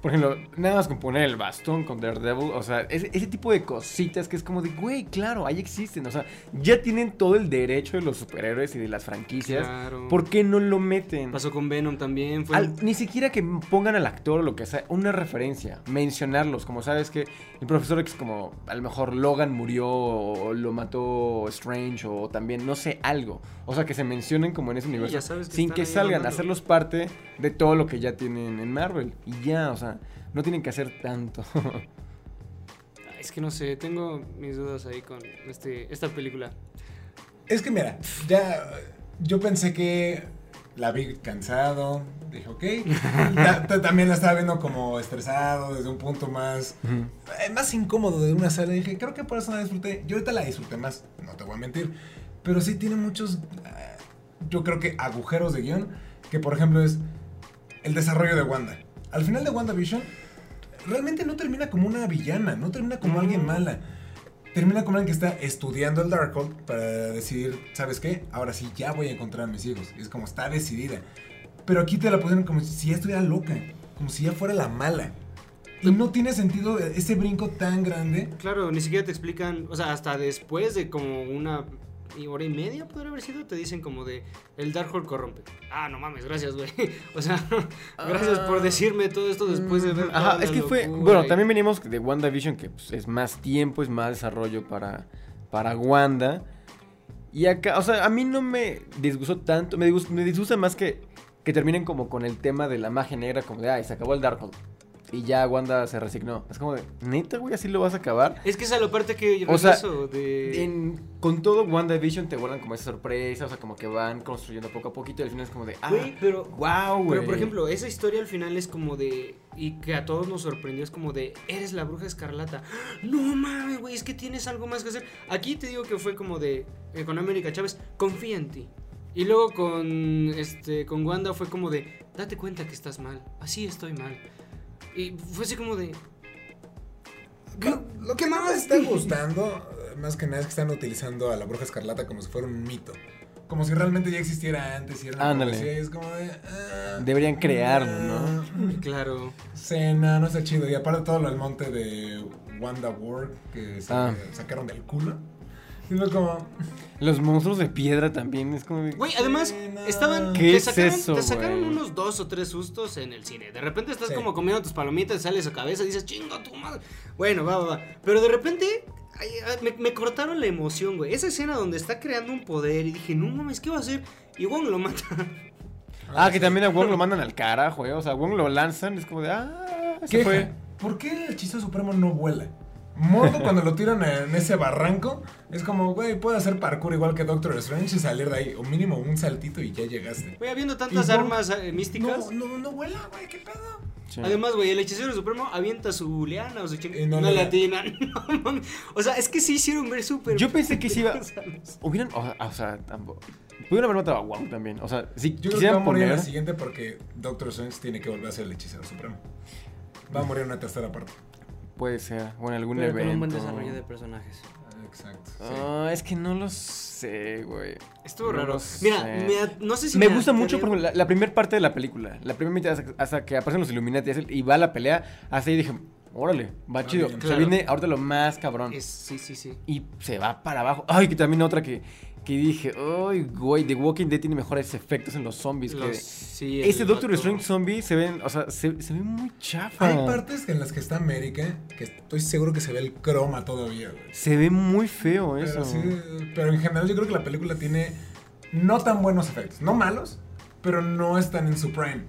Speaker 3: Por ejemplo, nada más con poner el bastón con Daredevil, o sea, ese, ese tipo de cositas que es como de, güey, claro, ahí existen, o sea, ya tienen todo el derecho de los superhéroes y de las franquicias,
Speaker 4: Claro. Pues
Speaker 3: ¿por qué no lo meten?
Speaker 4: Pasó con Venom también, fue
Speaker 3: Al- ni siquiera que pongan al actor o lo que sea, una referencia, mencionarlos, como sabes que el profesor X como a lo mejor Logan murió o lo mató Strange o también, no sé, algo. O sea, que se mencionen como en ese universo,
Speaker 4: ya sabes que
Speaker 3: sin
Speaker 4: están
Speaker 3: que
Speaker 4: ahí
Speaker 3: salgan,
Speaker 4: rondando.
Speaker 3: hacerlos parte de todo lo que ya tienen en Marvel. Y ya, o sea, no tienen que hacer tanto.
Speaker 4: es que no sé, tengo mis dudas ahí con este esta película.
Speaker 1: Es que mira, ya. Yo pensé que la vi cansado. Dije, ok. Ya, ta- también la estaba viendo como estresado, desde un punto más. eh, Más incómodo de una sala. Dije, creo que por eso no la disfruté. Yo ahorita la disfruté más, no te voy a mentir. Pero sí tiene muchos. eh, Yo creo que agujeros de guión. Que por ejemplo es. El desarrollo de Wanda. Al final de WandaVision. Realmente no termina como una villana. No termina como alguien mala. Termina como alguien que está estudiando el Darkhold para decidir, ¿sabes qué? Ahora sí, ya voy a encontrar a mis hijos. Y es como, está decidida. Pero aquí te la pusieron como si ya estuviera loca, como si ya fuera la mala. Y no tiene sentido ese brinco tan grande.
Speaker 4: Claro, ni siquiera te explican, o sea, hasta después de como una y hora y media podría haber sido, te dicen como de el Darkhold corrompe. Ah, no mames, gracias, güey. O sea, gracias por decirme todo esto después de ver. toda
Speaker 3: Ah. Mm. Ajá,
Speaker 4: la
Speaker 3: es que fue.
Speaker 4: locura
Speaker 3: Bueno,
Speaker 4: y-
Speaker 3: también venimos de WandaVision, que pues, es más tiempo, es más desarrollo para, para Wanda. Y acá, o sea, a mí no me disgustó tanto. Me disgusta, me disgusta más que, que terminen como con el tema de la magia negra, como de, ay, se acabó el Darkhold. Y ya Wanda se resignó. Es como de, neta, güey, así lo vas a acabar.
Speaker 4: Es que esa es la parte que yo
Speaker 3: O sea,
Speaker 4: regreso de
Speaker 3: En- con todo WandaVision te guardan como esa sorpresa, o sea, como que van construyendo poco a poquito y al final es como de, ah,
Speaker 4: Güey, pero
Speaker 3: wow, güey.
Speaker 4: Pero por ejemplo, esa historia al final es como de. Y que a todos nos sorprendió, es como de. Eres la bruja escarlata. No mames, güey, es que tienes algo más que hacer. Aquí te digo que fue como de. eh, con América Chávez, confía en ti. Y luego con. Este. Con Wanda fue como de. Date cuenta que estás mal. Así estoy mal. Y fue así como de.
Speaker 1: Lo, lo que no me está gustando, eh, más que nada, es que están utilizando a la bruja escarlata como si fuera un mito. Como si realmente ya existiera antes y era la
Speaker 3: Ándale.
Speaker 1: profecía, y es como de... ah,
Speaker 3: Deberían crearlo, ¿no?
Speaker 1: ah,
Speaker 4: Claro.
Speaker 1: Sí, no, no está chido. Y aparte todo lo del monte de Wanda War que se-
Speaker 3: Ah.
Speaker 1: sacaron del culo. Y fue como...
Speaker 3: Los monstruos de piedra también, es como de,
Speaker 4: Güey, además,
Speaker 1: Sí, no.
Speaker 4: estaban.
Speaker 3: ¿Qué
Speaker 4: te
Speaker 3: es
Speaker 4: sacaron,
Speaker 3: eso,
Speaker 4: te sacaron
Speaker 3: güey?
Speaker 4: unos dos o tres sustos en el cine. De repente estás
Speaker 1: Sí.
Speaker 4: como comiendo tus palomitas, sale su cabeza y dices, chingo tu madre. Bueno, va, va, va. Pero de repente. ay, ay, me, me cortaron la emoción, güey. Esa escena donde está creando un poder y dije, no mames, ¿qué va a hacer? Y Wong lo mata.
Speaker 3: Ah, que también a Wong lo mandan al carajo, eh. O sea, a Wong lo lanzan, es como de, ah, se
Speaker 1: ¿Qué
Speaker 3: fue.
Speaker 1: ¿Por qué el hechizo supremo no vuela? Mordo cuando lo tiran en ese barranco es como, güey, puede hacer parkour igual que Doctor Strange y salir de ahí. O mínimo un saltito y ya llegaste.
Speaker 4: Güey, habiendo tantas
Speaker 1: Y no-
Speaker 4: armas eh, místicas.
Speaker 1: No, no, no vuela, güey, qué pedo.
Speaker 3: Sí.
Speaker 4: Además, güey, el hechicero supremo avienta su liana o su chingada.
Speaker 1: Y no
Speaker 4: No,
Speaker 1: le
Speaker 4: la
Speaker 1: da.
Speaker 4: atinan. No mames. o sea, es que sí hicieron ver súper.
Speaker 3: Yo pensé que sí iba-
Speaker 4: pesados.
Speaker 3: Hubieran, o sea, o sea, tampoco. Pudieron haber matado a Wong también. O sea, si
Speaker 1: Yo creo que va a
Speaker 3: quisieran
Speaker 1: morir en
Speaker 3: poner.
Speaker 1: la siguiente porque Doctor Strange tiene que volver a ser el hechicero supremo. Va a morir en una tercera parte.
Speaker 3: Puede ser. O en algún
Speaker 2: Pero con
Speaker 3: evento.
Speaker 2: un buen desarrollo de personajes.
Speaker 1: Exacto.
Speaker 3: Ah, es que no lo sé, güey.
Speaker 4: Estuvo
Speaker 3: No
Speaker 4: raro.
Speaker 3: lo sé.
Speaker 4: Mira, me at- no sé si.
Speaker 3: me gusta mucho, por
Speaker 4: atrevo-
Speaker 3: ejemplo, la, la primera parte de la película. La primera mitad hasta, hasta que aparecen los Illuminati hasta- y va la pelea. Hasta ahí dije, órale, va
Speaker 1: Va
Speaker 3: chido.
Speaker 1: bien.
Speaker 3: Se
Speaker 4: Claro.
Speaker 3: viene ahorita lo más cabrón.
Speaker 4: Es- sí, sí, sí.
Speaker 3: Y se va para abajo. Ay, que también otra que, que dije, ay, güey, The Walking Dead tiene mejores efectos en los zombies. que-
Speaker 4: Los- sí, el
Speaker 3: Este Doctor
Speaker 4: vato-
Speaker 3: Strange zombie se ven, o sea, se, se ve muy chafa.
Speaker 1: Hay partes en las que está América que estoy seguro que se ve el croma todavía, güey.
Speaker 3: Se ve muy feo eso.
Speaker 1: Pero, sí, pero en general yo creo que la película tiene no tan buenos efectos, no malos, pero no están en su prime.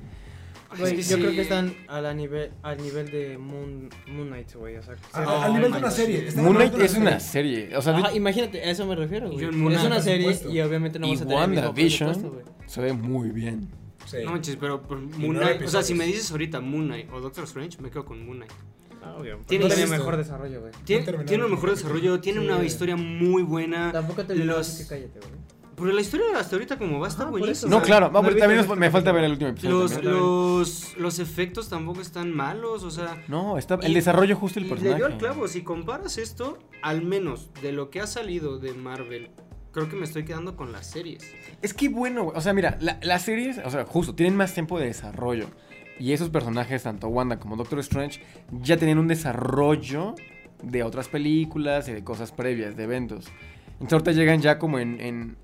Speaker 4: Ay,
Speaker 2: Güey,
Speaker 4: es
Speaker 2: yo creo
Speaker 4: sí.
Speaker 2: que están a la nivel, al nivel de Moon, Moon Knight, güey. O sea,
Speaker 1: A- a-
Speaker 2: Ah, se-
Speaker 1: Ah, al
Speaker 4: no,
Speaker 1: nivel de una
Speaker 4: manches.
Speaker 1: serie. están
Speaker 3: Moon
Speaker 1: al nivel
Speaker 3: Knight
Speaker 1: de
Speaker 3: es una serie. O sea, de-
Speaker 2: Ajá, imagínate, a eso me refiero, güey.
Speaker 4: Yo
Speaker 2: Es
Speaker 4: en Moon Knight,
Speaker 2: una
Speaker 1: por
Speaker 2: serie
Speaker 1: supuesto.
Speaker 2: y obviamente no
Speaker 3: y
Speaker 2: vas a tener el mismo
Speaker 3: WandaVision
Speaker 2: presupuesto, güey.
Speaker 3: se ve muy bien.
Speaker 1: Sí.
Speaker 4: No manches, pero por Moon
Speaker 1: nueve
Speaker 4: Knight. O sea,
Speaker 3: pues
Speaker 4: si
Speaker 1: episodios.
Speaker 4: me dices ahorita Moon Knight o Doctor Strange, me quedo con Moon Knight.
Speaker 2: Tiene
Speaker 4: Tiene-
Speaker 2: tenía Ah, mejor desarrollo, güey.
Speaker 4: Tiene,
Speaker 1: terminaron
Speaker 4: tiene un
Speaker 1: de
Speaker 4: mejor
Speaker 1: capítulo.
Speaker 4: desarrollo, tiene
Speaker 2: Sí.
Speaker 4: una historia muy buena.
Speaker 2: Tampoco te
Speaker 4: Los-
Speaker 2: lo así que cállate, güey.
Speaker 4: Pero la historia hasta ahorita como va está
Speaker 2: Ajá, por eso.
Speaker 4: buenísima.
Speaker 3: No, claro,
Speaker 2: no
Speaker 3: no, pero
Speaker 2: he
Speaker 3: también
Speaker 2: visto
Speaker 3: nos- me
Speaker 2: este
Speaker 3: falta
Speaker 2: capítulo.
Speaker 3: ver el último episodio.
Speaker 4: Los,
Speaker 3: también.
Speaker 4: los, los efectos tampoco están malos, o sea...
Speaker 3: No, está el
Speaker 4: y-
Speaker 3: desarrollo justo del
Speaker 4: y le
Speaker 3: personaje.
Speaker 4: dio al clavo, si comparas esto, al menos de lo que ha salido de Marvel, creo que me estoy quedando con las series.
Speaker 3: Es que bueno, güey. O sea, mira, la- las series, o sea, justo, tienen más tiempo de desarrollo. Y esos personajes, tanto Wanda como Doctor Strange, ya tenían un desarrollo de otras películas y de cosas previas, de eventos. Entonces ahorita llegan ya como en. en-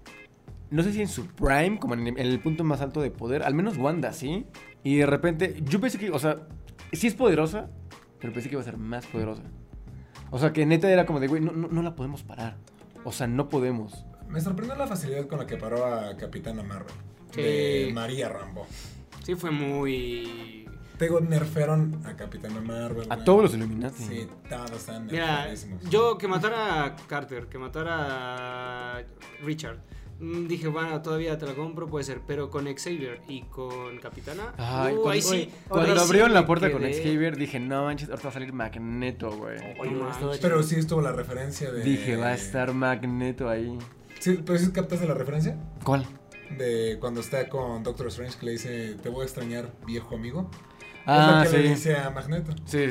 Speaker 3: no sé si en su prime, como en, en el punto más alto de poder. Al menos Wanda, sí. Y de repente, yo pensé que, o sea, sí es poderosa, pero pensé que iba a ser más poderosa. O sea, que neta era como de, güey, no, no, no la podemos parar. O sea, no podemos.
Speaker 1: Me sorprendió la facilidad con la que paró a Capitana Marvel. De
Speaker 4: Sí.
Speaker 1: María Rambo.
Speaker 4: Sí, fue muy...
Speaker 1: Tego nerfearon a Capitana Marvel.
Speaker 3: A
Speaker 1: güey.
Speaker 3: todos los Illuminati.
Speaker 1: Sí, todos están
Speaker 4: Mira,
Speaker 1: nerfeadísimos.
Speaker 4: yo que matara a Carter, que matara a Richard, mm, dije, bueno, todavía te la compro, puede ser, pero con Xavier y con Capitana...
Speaker 3: Ay,
Speaker 4: uh,
Speaker 3: cuando,
Speaker 4: ahí sí,
Speaker 3: cuando
Speaker 4: ahí sí
Speaker 3: abrieron la
Speaker 4: me
Speaker 3: puerta con
Speaker 4: quedé.
Speaker 3: Xavier, dije, no manches, ahorita va a salir Magneto, güey.
Speaker 4: Oye, no manches.
Speaker 1: Pero sí estuvo la referencia de.
Speaker 3: Dije, va a estar Magneto ahí.
Speaker 1: Sí, pero sí captaste la referencia
Speaker 3: ¿Cuál?
Speaker 1: de cuando está con Doctor Strange que le dice: Te voy a extrañar, viejo amigo.
Speaker 3: Ah,
Speaker 1: es la que le
Speaker 3: sí. Sí,
Speaker 1: dice a Magneto.
Speaker 3: sí.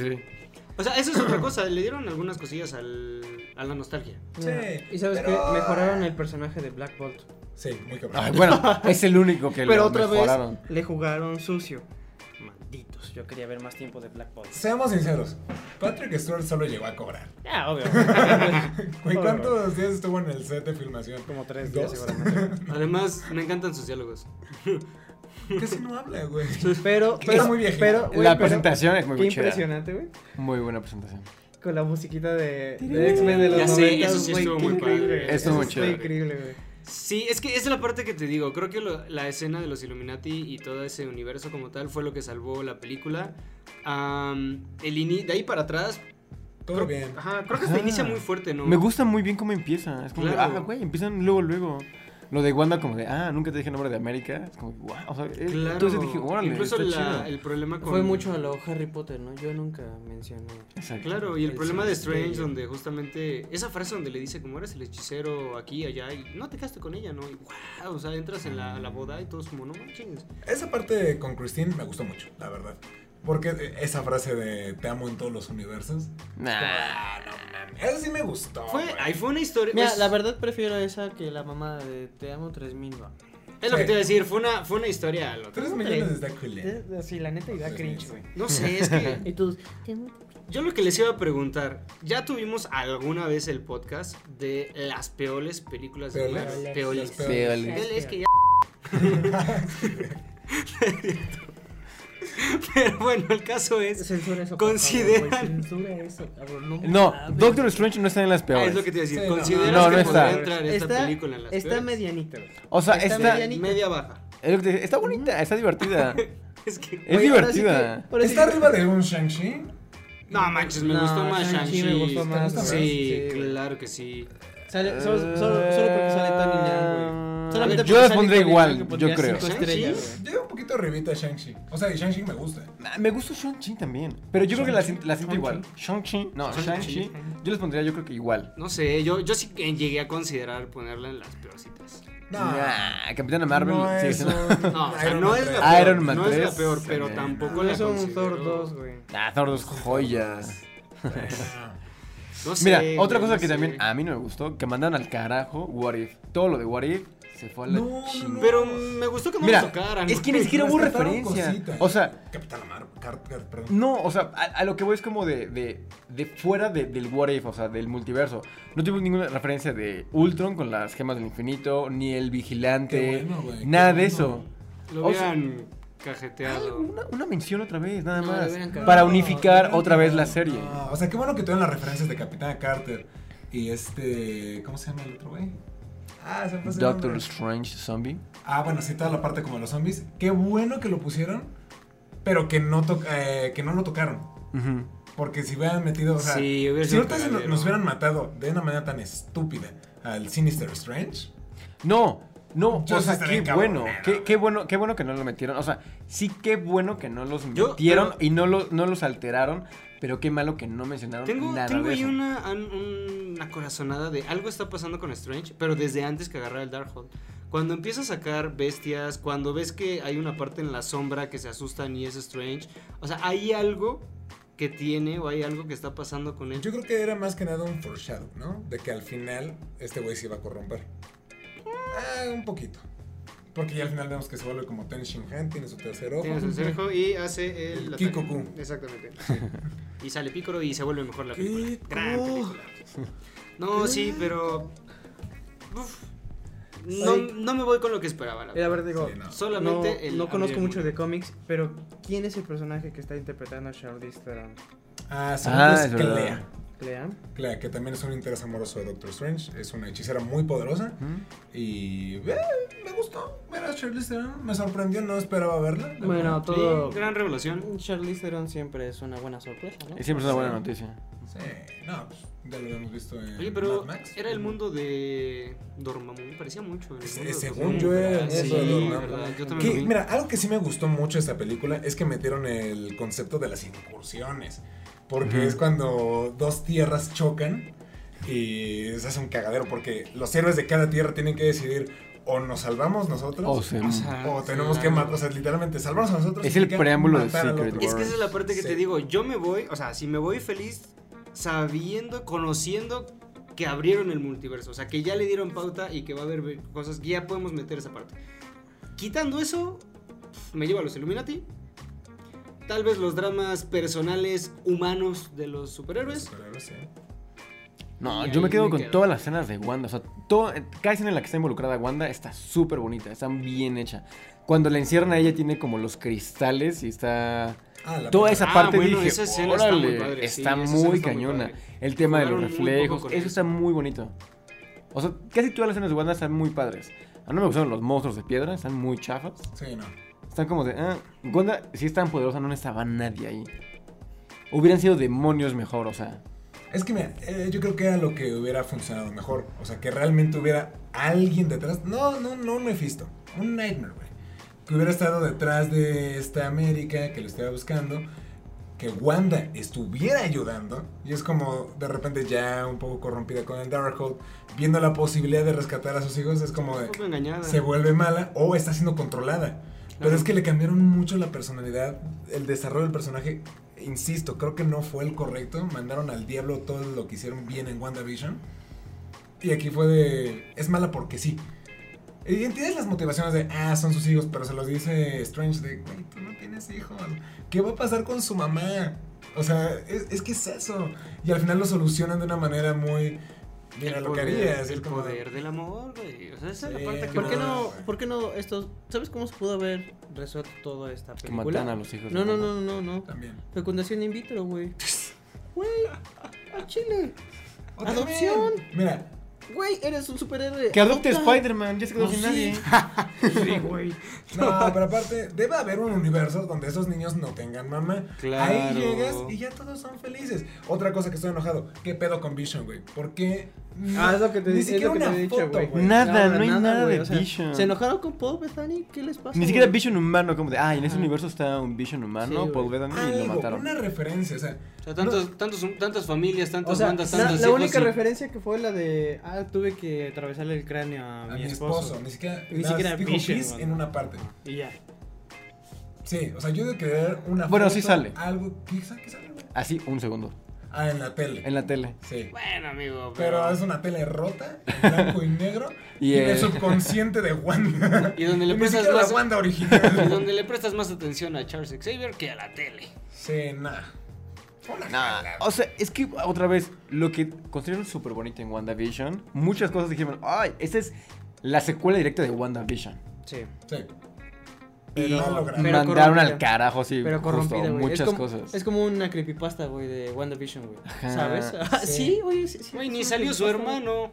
Speaker 4: O sea, eso es otra cosa. Le dieron algunas cosillas al, a la nostalgia.
Speaker 2: Mira,
Speaker 1: Sí,
Speaker 2: y sabes
Speaker 1: pero-
Speaker 2: qué? mejoraron el personaje de Black Bolt.
Speaker 1: Sí, muy cabrón.
Speaker 3: Ay, bueno, es el único que
Speaker 2: Pero
Speaker 3: lo
Speaker 2: otra
Speaker 3: mejoraron.
Speaker 2: vez le jugaron sucio. Malditos, yo quería ver más tiempo de Black Bolt.
Speaker 1: Seamos sinceros, Patrick Stewart solo llegó a cobrar.
Speaker 2: Ah, obvio.
Speaker 1: Güey,
Speaker 2: Por-
Speaker 1: ¿cuántos días estuvo en el set de filmación?
Speaker 2: Como tres días
Speaker 1: ¿Dos?
Speaker 2: seguramente.
Speaker 4: Además, me encantan sus diálogos.
Speaker 1: Casi no habla, güey.
Speaker 2: Pero,
Speaker 1: Que
Speaker 2: pero,
Speaker 1: es muy viejito.
Speaker 2: pero, güey,
Speaker 3: La
Speaker 2: pero-
Speaker 3: presentación es muy
Speaker 2: Qué
Speaker 3: chida.
Speaker 2: impresionante, güey.
Speaker 3: Muy buena presentación.
Speaker 2: Con la musiquita de, de X-Men de los 90.
Speaker 4: Ya sé, eso sí estuvo muy padre.
Speaker 3: Eso
Speaker 2: Eso
Speaker 3: muy
Speaker 2: está
Speaker 3: chévere.
Speaker 2: increíble, güey.
Speaker 4: Sí, es que esa es la parte que te digo. Creo que lo- la escena de los Illuminati y todo ese universo como tal fue lo que salvó la película. Am, el ini- de ahí para atrás.
Speaker 1: Todo
Speaker 4: creo-
Speaker 1: bien.
Speaker 4: Ajá, creo que hasta
Speaker 3: Ajá.
Speaker 4: inicia muy fuerte, ¿no?
Speaker 3: Me gusta muy bien cómo empieza. Es como, de,
Speaker 4: Claro.
Speaker 3: ah, güey, empiezan luego, luego. Lo de Wanda como de, ah, nunca te dije el nombre de América. Es como, wow. O sea, es-
Speaker 4: Claro.
Speaker 3: Eh, entonces dije, órale,
Speaker 4: Incluso
Speaker 3: está
Speaker 4: la-
Speaker 3: chido.
Speaker 4: el problema con.
Speaker 2: Fue mucho a lo Harry Potter, ¿no? Yo nunca mencioné.
Speaker 3: Exacto.
Speaker 4: Claro, y el
Speaker 2: El
Speaker 4: problema de
Speaker 2: Sinister.
Speaker 4: Strange, donde justamente esa frase donde le dice, como eres el hechicero aquí, allá, y no te casaste con ella, ¿no? Y wow, o sea, entras en la, a la boda y todos como, no manches.
Speaker 1: Esa parte con Christine me gustó mucho, la verdad. Porque eh, esa frase de te amo en todos los universos.
Speaker 3: Nah.
Speaker 1: Ah, no mames. Eso sí me gustó.
Speaker 4: Fue,
Speaker 1: güey.
Speaker 4: ahí fue una historia. pues,
Speaker 2: Mira,
Speaker 4: es-
Speaker 2: la verdad prefiero esa que la mamada de Te amo 3000, va.
Speaker 4: Es lo que te iba a decir, fue una, fue una historia. lo-
Speaker 1: Tres millones está ¿eh? culé.
Speaker 2: Sí, la neta, y da
Speaker 1: Sí,
Speaker 2: cringe,
Speaker 1: sí.
Speaker 2: güey.
Speaker 4: No sé, es que.
Speaker 2: Y tú,
Speaker 4: Yo lo que les iba a preguntar, ya tuvimos alguna vez el podcast de las peores películas de
Speaker 1: Peoles.
Speaker 4: Marvel.
Speaker 1: Las
Speaker 4: Peoles.
Speaker 1: peoles.
Speaker 3: Peoles.
Speaker 2: Este.
Speaker 4: Peoles que ya. Pero bueno, el caso es.
Speaker 2: censura eso.
Speaker 4: Consideran-
Speaker 2: Consideran. censura eso, cabrón. No,
Speaker 3: No,
Speaker 2: mames.
Speaker 3: Doctor Strange no está en las
Speaker 4: Ah,
Speaker 3: peores.
Speaker 4: es lo que te iba a decir.
Speaker 1: Sí, no.
Speaker 4: ¿Consideras
Speaker 3: No, no
Speaker 4: que
Speaker 3: está.
Speaker 4: podría entrar esta
Speaker 2: Está-
Speaker 4: película en las
Speaker 2: Está
Speaker 4: peores?
Speaker 2: medianita, güey.
Speaker 3: O sea,
Speaker 2: Está
Speaker 3: está,
Speaker 2: medianita.
Speaker 4: Media baja.
Speaker 3: es lo que te dije, está bonita, está divertida.
Speaker 4: Es que.
Speaker 3: Es
Speaker 2: Güey, ahora sí
Speaker 3: divertida.
Speaker 2: que- ahora sí
Speaker 1: ¿Está
Speaker 2: que-
Speaker 1: arriba de un Shang-Chi?
Speaker 4: No manches, me
Speaker 2: No,
Speaker 4: gustó más
Speaker 2: Shang-Chi
Speaker 4: Shang-Chi.
Speaker 2: me gustó más,
Speaker 1: ¿no?
Speaker 4: Sí,
Speaker 2: Sí.
Speaker 4: claro que sí.
Speaker 2: Sale- solo, solo- solo porque sale Tony Leung, güey. Solamente
Speaker 3: Eh, Yo
Speaker 2: porque
Speaker 3: las
Speaker 2: sale
Speaker 3: pondré
Speaker 2: Tony
Speaker 3: igual,
Speaker 2: Leung, le
Speaker 3: yo
Speaker 2: pondría
Speaker 3: creo.
Speaker 2: cinco estrellas,
Speaker 4: ¿Sí?
Speaker 2: güey.
Speaker 1: Yo un poquito revito a Shang-Chi. O sea, y Shang-Chi me gusta.
Speaker 3: Ah, Me gusta Shang-Chi también. Pero yo creo que la, siento- la siento igual. Shang-Chi. No,
Speaker 4: Shang-Chi.
Speaker 3: Shang-Chi. Yo les pondría, yo creo que igual.
Speaker 4: No sé, yo, yo sí que llegué a considerar ponerla en las peorcitas.
Speaker 3: Nah, Ah, Capitana Marvel.
Speaker 1: no
Speaker 3: sí,
Speaker 1: es
Speaker 3: sí,
Speaker 1: un
Speaker 4: No, o sea, no es
Speaker 1: Man
Speaker 4: la peor.
Speaker 3: Iron Man
Speaker 4: no es la
Speaker 3: 3,
Speaker 4: peor, pero
Speaker 3: sí.
Speaker 4: tampoco
Speaker 2: No
Speaker 4: la
Speaker 2: es un Thor
Speaker 4: considero-
Speaker 2: 2, güey.
Speaker 3: Ah, Thor dos joyas.
Speaker 1: Ah,
Speaker 4: No sé,
Speaker 3: Mira,
Speaker 4: güey,
Speaker 3: otra
Speaker 4: no
Speaker 3: cosa que
Speaker 4: sé.
Speaker 3: también ah, a mí no me gustó, que mandaron al carajo What If. Todo lo de What If se fue a la
Speaker 1: No, no, no.
Speaker 3: chingada.
Speaker 4: Pero me gustó que no
Speaker 3: Mira,
Speaker 4: lo tocaran.
Speaker 3: es que ni
Speaker 4: güey.
Speaker 3: siquiera hubo
Speaker 1: Rescataron
Speaker 3: referencia.
Speaker 1: cositas.
Speaker 3: O sea,
Speaker 1: Capitán Marvel. Car- Car- perdón.
Speaker 3: no, o sea, a, a lo que voy es como de, de, de fuera de- del What If, o sea, del multiverso. No tuvimos ninguna referencia de Ultron con las gemas del infinito, ni el vigilante,
Speaker 1: Qué bueno, güey, qué
Speaker 3: nada de
Speaker 1: bueno.
Speaker 3: eso.
Speaker 4: Lo
Speaker 3: O sea,
Speaker 4: hubieran cajeteado.
Speaker 3: Una, una mención otra vez, nada
Speaker 4: No,
Speaker 3: más.
Speaker 4: deberían cambiar.
Speaker 3: Para
Speaker 1: No,
Speaker 3: unificar
Speaker 1: no,
Speaker 3: otra vez la
Speaker 1: no,
Speaker 3: serie.
Speaker 1: no. Ah, O sea, qué bueno que tuvieron las referencias de Capitán Carter y este. ¿Cómo se llama el otro güey? Ah, se me pasa el
Speaker 3: Doctor
Speaker 1: nombre.
Speaker 3: Strange Zombie.
Speaker 1: Ah, bueno, sí, toda la parte como de los zombies. Qué bueno que lo pusieron, pero que no, to- eh, que no lo tocaron.
Speaker 3: Ujú.
Speaker 1: Porque si hubieran metido, o sea,
Speaker 4: Sí, hubiera
Speaker 1: si
Speaker 4: sido
Speaker 1: ahorita se no-
Speaker 4: cagadero.
Speaker 1: nos hubieran matado de una manera tan estúpida al Sinister Strange,
Speaker 3: No, no,
Speaker 1: Yo
Speaker 3: o
Speaker 1: sí
Speaker 3: sea,
Speaker 1: estaría
Speaker 3: qué bueno,
Speaker 1: encabronado.
Speaker 3: qué, qué bueno, qué bueno que no lo metieron, o sea, sí qué bueno que no los
Speaker 4: Yo-
Speaker 3: metieron
Speaker 4: pero-
Speaker 3: y no, lo- no los alteraron, pero qué malo que no mencionaron
Speaker 4: Tengo,
Speaker 3: nada
Speaker 4: tengo
Speaker 3: de
Speaker 4: ahí
Speaker 3: eso.
Speaker 4: una, an- una corazonada de algo está pasando con Strange, pero desde antes que agarrara el Darkhold. Cuando empieza a sacar bestias, cuando ves que hay una parte en la sombra que se asustan y es Strange. O sea, hay algo que tiene o hay algo que está pasando con él.
Speaker 1: yo creo que era más que nada un foreshadow, ¿no? De que al final este güey se iba a corromper. Ah, un poquito. Porque ya al final vemos que se vuelve como Ten Shin Han, tiene su tercer ojo.
Speaker 4: Tiene su cerco y hace el...
Speaker 1: El
Speaker 4: ataque.
Speaker 1: Kikoku.
Speaker 4: Exactamente. y sale Pícoro y se vuelve mejor la
Speaker 1: ¿Qué?
Speaker 4: película. Gran
Speaker 1: Oh.
Speaker 4: película. No, sí, pero... uf, no,
Speaker 2: Oye.
Speaker 4: no me voy con lo que esperaba, la
Speaker 2: Eh, A
Speaker 4: verdad.
Speaker 2: ver, digo,
Speaker 1: Sí, no.
Speaker 4: Solamente
Speaker 2: no,
Speaker 4: el
Speaker 2: no conozco
Speaker 4: abrir el
Speaker 2: mucho
Speaker 4: mundo.
Speaker 2: de cómics, pero ¿quién es el personaje que está interpretando a Charlize Theron?
Speaker 1: Ah, sí,
Speaker 3: Ah,
Speaker 1: es
Speaker 3: es verdad.
Speaker 1: Clea.
Speaker 2: ¿Clea?
Speaker 1: Clea, que también es un interés amoroso de Doctor Strange. Es una hechicera muy poderosa. Y eh, me gustó ver a Charlize Theron. Me sorprendió, no esperaba verla. la
Speaker 2: Bueno,
Speaker 1: verdad.
Speaker 2: todo...
Speaker 4: Sí, gran revelación.
Speaker 2: Charlize Theron siempre es una buena sorpresa, ¿no?
Speaker 3: Y siempre es una buena noticia.
Speaker 1: Sí, no, pues, ya lo habíamos visto en
Speaker 4: Oye, pero
Speaker 1: Mad Max.
Speaker 4: era el mundo de Dormammu, parecía mucho. el
Speaker 1: Se-
Speaker 4: mundo de
Speaker 1: según
Speaker 4: Dormammu,
Speaker 1: yo era el
Speaker 4: ¿verdad?
Speaker 1: mundo
Speaker 4: Sí,
Speaker 1: de Dormammu.
Speaker 4: ¿verdad? Yo también
Speaker 1: Que,
Speaker 4: lo vi.
Speaker 1: mira, algo que sí me gustó mucho de esta película es que metieron el concepto de las incursiones. Porque
Speaker 3: Ujú.
Speaker 1: es cuando dos tierras chocan y se hace un cagadero. Porque los héroes de cada tierra tienen que decidir o nos salvamos nosotros
Speaker 3: O sea,
Speaker 1: o tenemos
Speaker 4: sí,
Speaker 1: que
Speaker 4: claro.
Speaker 1: matar. O sea, literalmente, salvarnos a nosotros.
Speaker 3: Es el
Speaker 1: significa
Speaker 3: preámbulo de
Speaker 1: matar al
Speaker 3: Secret
Speaker 1: otro.
Speaker 4: Es que esa es la parte que
Speaker 1: Sí.
Speaker 4: te digo, yo me voy, o sea, si me voy feliz sabiendo, conociendo que abrieron el multiverso, o sea, que ya le dieron pauta y que va a haber cosas, que ya podemos meter esa parte. Quitando eso, me llevo a los Illuminati. Tal vez los dramas personales humanos de los superhéroes.
Speaker 1: Superhéroes, sí.
Speaker 3: no,
Speaker 4: Y
Speaker 3: yo me
Speaker 4: ahí
Speaker 3: quedo
Speaker 4: me
Speaker 3: con
Speaker 4: quedo.
Speaker 3: todas las escenas de Wanda, o sea, todo, eh, cada escena en la que está involucrada Wanda está súper bonita, está bien hecha. Cuando la encierran a ella tiene como los cristales y está...
Speaker 1: Ah, la
Speaker 3: Toda
Speaker 1: película.
Speaker 3: esa
Speaker 4: Ah,
Speaker 3: parte
Speaker 4: bueno,
Speaker 3: dije,
Speaker 4: esa escena está
Speaker 3: órale,
Speaker 4: muy padre, sí,
Speaker 3: está
Speaker 4: esa escena
Speaker 3: muy
Speaker 4: está muy
Speaker 3: cañona.
Speaker 4: padre.
Speaker 3: el tema de los
Speaker 4: Jugaron muy poco
Speaker 3: reflejos,
Speaker 4: con
Speaker 3: eso
Speaker 4: eso.
Speaker 3: está muy bonito. O sea, casi todas las escenas de Wanda están muy padres. A mí me gustaron los monstruos de piedra, están muy chafas.
Speaker 1: Sí, no.
Speaker 3: Están como de, ah, Wanda si es tan poderosa, no estaba nadie ahí. Hubieran sido demonios mejor, o sea.
Speaker 1: Es que mira, eh, yo creo que era lo que hubiera funcionado mejor. O sea, que realmente hubiera alguien detrás. No, no, no un Mephisto. Un Nightmare, güey. Que hubiera estado detrás de esta América, que lo estaba buscando. Que Wanda estuviera ayudando. Y es como de repente ya un poco corrompida con el Darkhold. Viendo la posibilidad de rescatar a sus hijos. Es como
Speaker 4: Un
Speaker 1: de.
Speaker 4: poco engañada.
Speaker 1: Se vuelve mala o está siendo controlada. Pero
Speaker 4: Claro.
Speaker 1: es que le cambiaron mucho la personalidad, el desarrollo del personaje. Insisto, creo que no fue el correcto. Mandaron al diablo todo lo que hicieron bien en WandaVision. Y aquí fue de. Es mala porque sí. Y entiendes las motivaciones de. Ah, son sus hijos, pero se los dice Strange de. Güey, tú no tienes hijos. ¿Qué va a pasar con su mamá? O sea, es, es que es eso. Y al final lo solucionan de una manera muy. Mira
Speaker 4: el
Speaker 1: lo que
Speaker 4: poder,
Speaker 1: harías. y
Speaker 4: el
Speaker 1: como-
Speaker 4: poder del amor, güey. O sea, esa es
Speaker 1: Sí,
Speaker 4: la parte que
Speaker 2: ¿Por qué
Speaker 4: más-
Speaker 2: no, por qué no esto, ¿sabes cómo se pudo haber resuelto toda esta
Speaker 3: Que
Speaker 2: película?
Speaker 3: matan a los hijos. de
Speaker 2: No, no,
Speaker 3: Wanda.
Speaker 2: no, no, no.
Speaker 1: También.
Speaker 2: Fecundación in vitro, güey. Güey, a Chile.
Speaker 1: O
Speaker 2: Adopción.
Speaker 1: también, mira,
Speaker 2: Güey, eres un superhéroe.
Speaker 3: Que adopte
Speaker 2: Adopta.
Speaker 3: Spider-Man, ya se quedó
Speaker 2: Pues
Speaker 3: sin
Speaker 2: sí.
Speaker 3: nadie.
Speaker 4: Sí, güey.
Speaker 1: No, pero aparte, debe haber un universo donde esos niños no tengan mamá.
Speaker 4: Claro.
Speaker 1: Ahí llegas y ya todos son felices. Otra cosa que estoy enojado, ¿qué pedo con Vision, güey? ¿Por qué?
Speaker 2: Ah, es lo que te,
Speaker 1: Ni
Speaker 2: es lo
Speaker 1: siquiera
Speaker 2: que te
Speaker 1: una
Speaker 2: he dicho,
Speaker 1: foto,
Speaker 2: güey.
Speaker 1: güey.
Speaker 3: Nada,
Speaker 2: güey,
Speaker 3: no hay nada
Speaker 2: güey,
Speaker 3: de
Speaker 2: o sea,
Speaker 3: Vision.
Speaker 2: ¿Se enojaron con Paul Bethany? ¿Qué les pasa?
Speaker 3: Ni siquiera
Speaker 2: güey?
Speaker 3: Vision humano, como de, ah, en ese
Speaker 2: Ajá.
Speaker 3: universo está un Vision humano,
Speaker 2: Sí,
Speaker 3: Paul
Speaker 2: güey.
Speaker 3: Bettany, y lo
Speaker 1: Algo,
Speaker 3: mataron.
Speaker 1: una referencia, o sea,
Speaker 4: O sea, tantos, tantos, tantas familias, tantas
Speaker 2: O sea,
Speaker 4: bandas,
Speaker 2: la,
Speaker 4: tantos
Speaker 2: la
Speaker 4: hijos
Speaker 2: única
Speaker 4: y-
Speaker 2: referencia que fue la de, ah, tuve que atravesarle el cráneo a,
Speaker 1: a mi esposo, ni siquiera,
Speaker 2: Ni
Speaker 1: nada,
Speaker 2: siquiera
Speaker 1: dijo
Speaker 2: Vision,
Speaker 1: Peace
Speaker 2: güey.
Speaker 1: en una parte.
Speaker 2: Y ya.
Speaker 1: Sí, o sea, yo de creer una
Speaker 3: Bueno,
Speaker 1: foto,
Speaker 3: sí sale.
Speaker 1: Algo, ¿qué, sa- qué sale? güey?
Speaker 3: Así, un segundo.
Speaker 1: Ah, en la tele.
Speaker 3: En la tele.
Speaker 1: Sí.
Speaker 4: Bueno, amigo, pero...
Speaker 1: Pero es una tele rota, en blanco y negro,
Speaker 3: Y
Speaker 1: y,
Speaker 3: el-
Speaker 1: el subconsciente de Wanda.
Speaker 4: Y donde le
Speaker 1: Ni
Speaker 4: prestas
Speaker 1: siquiera
Speaker 4: más-
Speaker 1: la Wanda
Speaker 4: Y
Speaker 1: original.
Speaker 4: donde le prestas más atención a Charles Xavier que a la tele.
Speaker 1: sí, nah. Una jalada.
Speaker 3: O sea, es que otra vez, lo que consideraron súper bonito en WandaVision, muchas cosas dijeron, ay, esta es la secuela directa de WandaVision.
Speaker 2: Sí.
Speaker 1: Sí.
Speaker 2: Pero-
Speaker 1: Mal logrado.
Speaker 2: pero
Speaker 3: Mandaron al
Speaker 2: corrompida.
Speaker 3: carajo, así,
Speaker 2: Pero
Speaker 3: justo,
Speaker 2: corrompida, güey.
Speaker 3: muchas
Speaker 2: es como,
Speaker 3: cosas.
Speaker 2: Es como una creepypasta, güey, de WandaVision, güey. ¿Sabes? Ah,
Speaker 1: Sí.
Speaker 2: Sí, oye, sí. sí,
Speaker 4: Güey,
Speaker 2: es
Speaker 4: ni
Speaker 2: una
Speaker 4: salió su
Speaker 2: creepypasta, güey.
Speaker 4: hermano.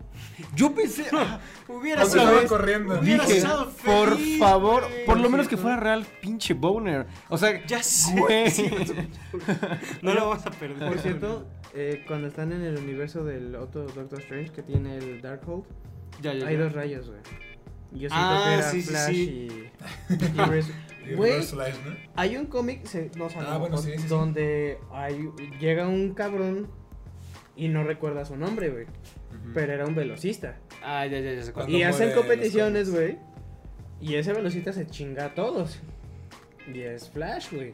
Speaker 3: Yo pensé, ah,
Speaker 4: Hubiera
Speaker 1: Cuando
Speaker 3: Otra
Speaker 1: estaba
Speaker 3: vez,
Speaker 1: corriendo.
Speaker 4: hubiera
Speaker 3: dije,
Speaker 4: estado
Speaker 3: por
Speaker 4: feliz,
Speaker 3: favor,
Speaker 4: güey.
Speaker 3: por lo menos que fuera real, pinche boner. O sea,
Speaker 4: Ya sé.
Speaker 3: güey.
Speaker 4: No lo vamos a perder.
Speaker 2: Por cierto, eh, cuando están en el universo del otro Doctor Strange que tiene el Darkhold,
Speaker 4: ya, ya,
Speaker 2: hay
Speaker 4: ya.
Speaker 2: dos rayos, güey. Yo siento
Speaker 4: Ah,
Speaker 2: que era
Speaker 4: sí, sí,
Speaker 2: Flash
Speaker 4: sí.
Speaker 2: y. y Res-
Speaker 1: Y
Speaker 2: Güey,
Speaker 1: Reverse Flash, ¿no?
Speaker 2: hay un cómic, se- no salió,
Speaker 1: Ah, bueno, sí, sí, sí.
Speaker 2: donde hay- llega un cabrón y no recuerda su nombre, güey.
Speaker 3: Mm.
Speaker 2: Pero era un velocista.
Speaker 4: Ah, ya, ya, ya sé cuál.
Speaker 1: Cuando
Speaker 2: Y hacen
Speaker 1: muere los
Speaker 2: competiciones, güey. Y ese velocista se chinga a todos. Y es Flash, güey.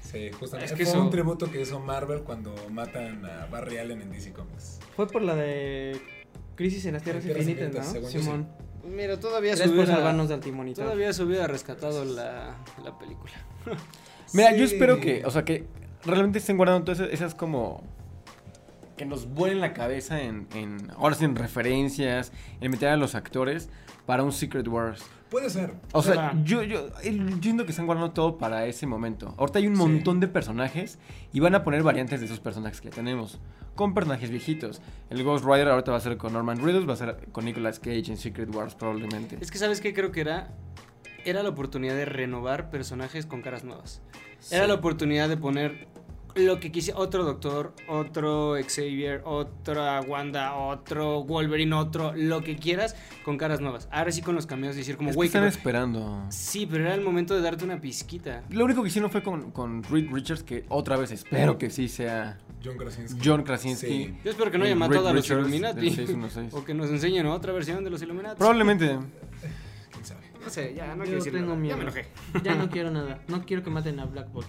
Speaker 1: Sí, justamente.
Speaker 4: Es que
Speaker 1: Fue
Speaker 4: eso-
Speaker 1: un tributo que hizo Marvel cuando matan a Barry Allen en DC Comics.
Speaker 2: Fue por la de Crisis en las Tierras
Speaker 1: En Tierras
Speaker 2: Infinitas,
Speaker 1: Infinitas,
Speaker 2: ¿no?
Speaker 1: según yo,
Speaker 2: Simón.
Speaker 4: Pues Mira, todavía se
Speaker 2: Gracias por
Speaker 4: hubiera-
Speaker 2: salvarnos del timonito.
Speaker 4: Todavía se hubiera rescatado la, la película.
Speaker 3: Mira,
Speaker 1: Sí.
Speaker 3: yo espero que, o sea, que realmente estén guardando todas esas, esas como... Que nos vuelen la cabeza en, en... Ahora sí, en referencias, en meter a los actores para un Secret Wars.
Speaker 1: Puede ser.
Speaker 3: O sea,
Speaker 4: Ajá.
Speaker 3: yo, yo yo entiendo que están guardando todo para ese momento. Ahorita hay un montón de personajes y van a poner variantes de esos personajes que ya tenemos. Con personajes viejitos. El Ghost Rider ahorita va a ser con Norman Reedus, va a ser con Nicolas Cage en Secret Wars probablemente.
Speaker 4: Es que, ¿sabes qué? Creo que era. Era la oportunidad de renovar personajes con caras nuevas. Era
Speaker 1: Sí.
Speaker 4: la oportunidad de poner lo que quisiera. Otro Doctor, otro Xavier, otra Wanda, otro Wolverine, otro, lo que quieras, con caras nuevas. Ahora sí con los cameos y decir como,
Speaker 3: Es que
Speaker 4: güey, que
Speaker 3: están
Speaker 4: no-
Speaker 3: esperando.
Speaker 4: Sí, pero era el momento de darte una pizquita.
Speaker 3: Lo único que hicieron fue con, con Reed Richards, que otra vez espero que sí sea
Speaker 1: John Krasinski.
Speaker 3: John Krasinski.
Speaker 1: Sí.
Speaker 4: Yo espero que no
Speaker 3: y
Speaker 4: haya
Speaker 3: Reed
Speaker 4: matado a los
Speaker 3: Richards del
Speaker 4: Illuminati.
Speaker 3: 616.
Speaker 4: O que nos enseñen otra versión de los Illuminati.
Speaker 3: Probablemente.
Speaker 1: ¿Quién sabe?
Speaker 4: No sé, ya, no
Speaker 2: Yo
Speaker 4: quiero decir
Speaker 2: tengo
Speaker 4: nada.
Speaker 2: miedo.
Speaker 4: Ya me enojé.
Speaker 2: Ya no quiero nada. No quiero que maten a Black Bolt.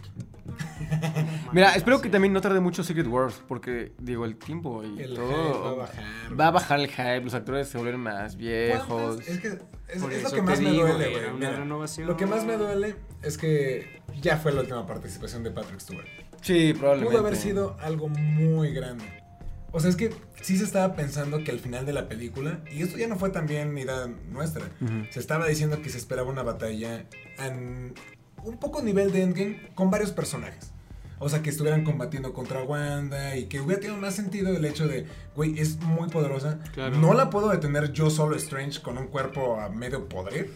Speaker 3: Mira, espero que también no tarde mucho Secret Wars, porque digo, el tiempo y
Speaker 1: El
Speaker 3: todo.
Speaker 1: hype va a bajar.
Speaker 3: Va a bajar el hype, los actores se vuelven más viejos.
Speaker 1: ¿Cuántas? Es que es,
Speaker 4: Por
Speaker 1: es lo
Speaker 4: eso
Speaker 1: que más
Speaker 4: te
Speaker 1: me
Speaker 4: digo,
Speaker 1: duele,
Speaker 4: era
Speaker 1: güey.
Speaker 4: una
Speaker 1: Mira,
Speaker 4: renovación.
Speaker 1: Lo que más me duele es que ya fue la última participación de Patrick Stewart.
Speaker 3: Sí, probablemente.
Speaker 1: Pudo haber sido algo muy grande. O sea, es que sí se estaba pensando que al final de la película, y esto ya no fue también idea nuestra,
Speaker 3: Ujú.
Speaker 1: se estaba diciendo que se esperaba una batalla an- un poco nivel de Endgame con varios personajes. O sea, que estuvieran combatiendo contra Wanda y que hubiera tenido más sentido el hecho de, güey, es muy poderosa.
Speaker 4: Claro.
Speaker 1: No la puedo detener yo solo, Strange, con un cuerpo a medio podrir.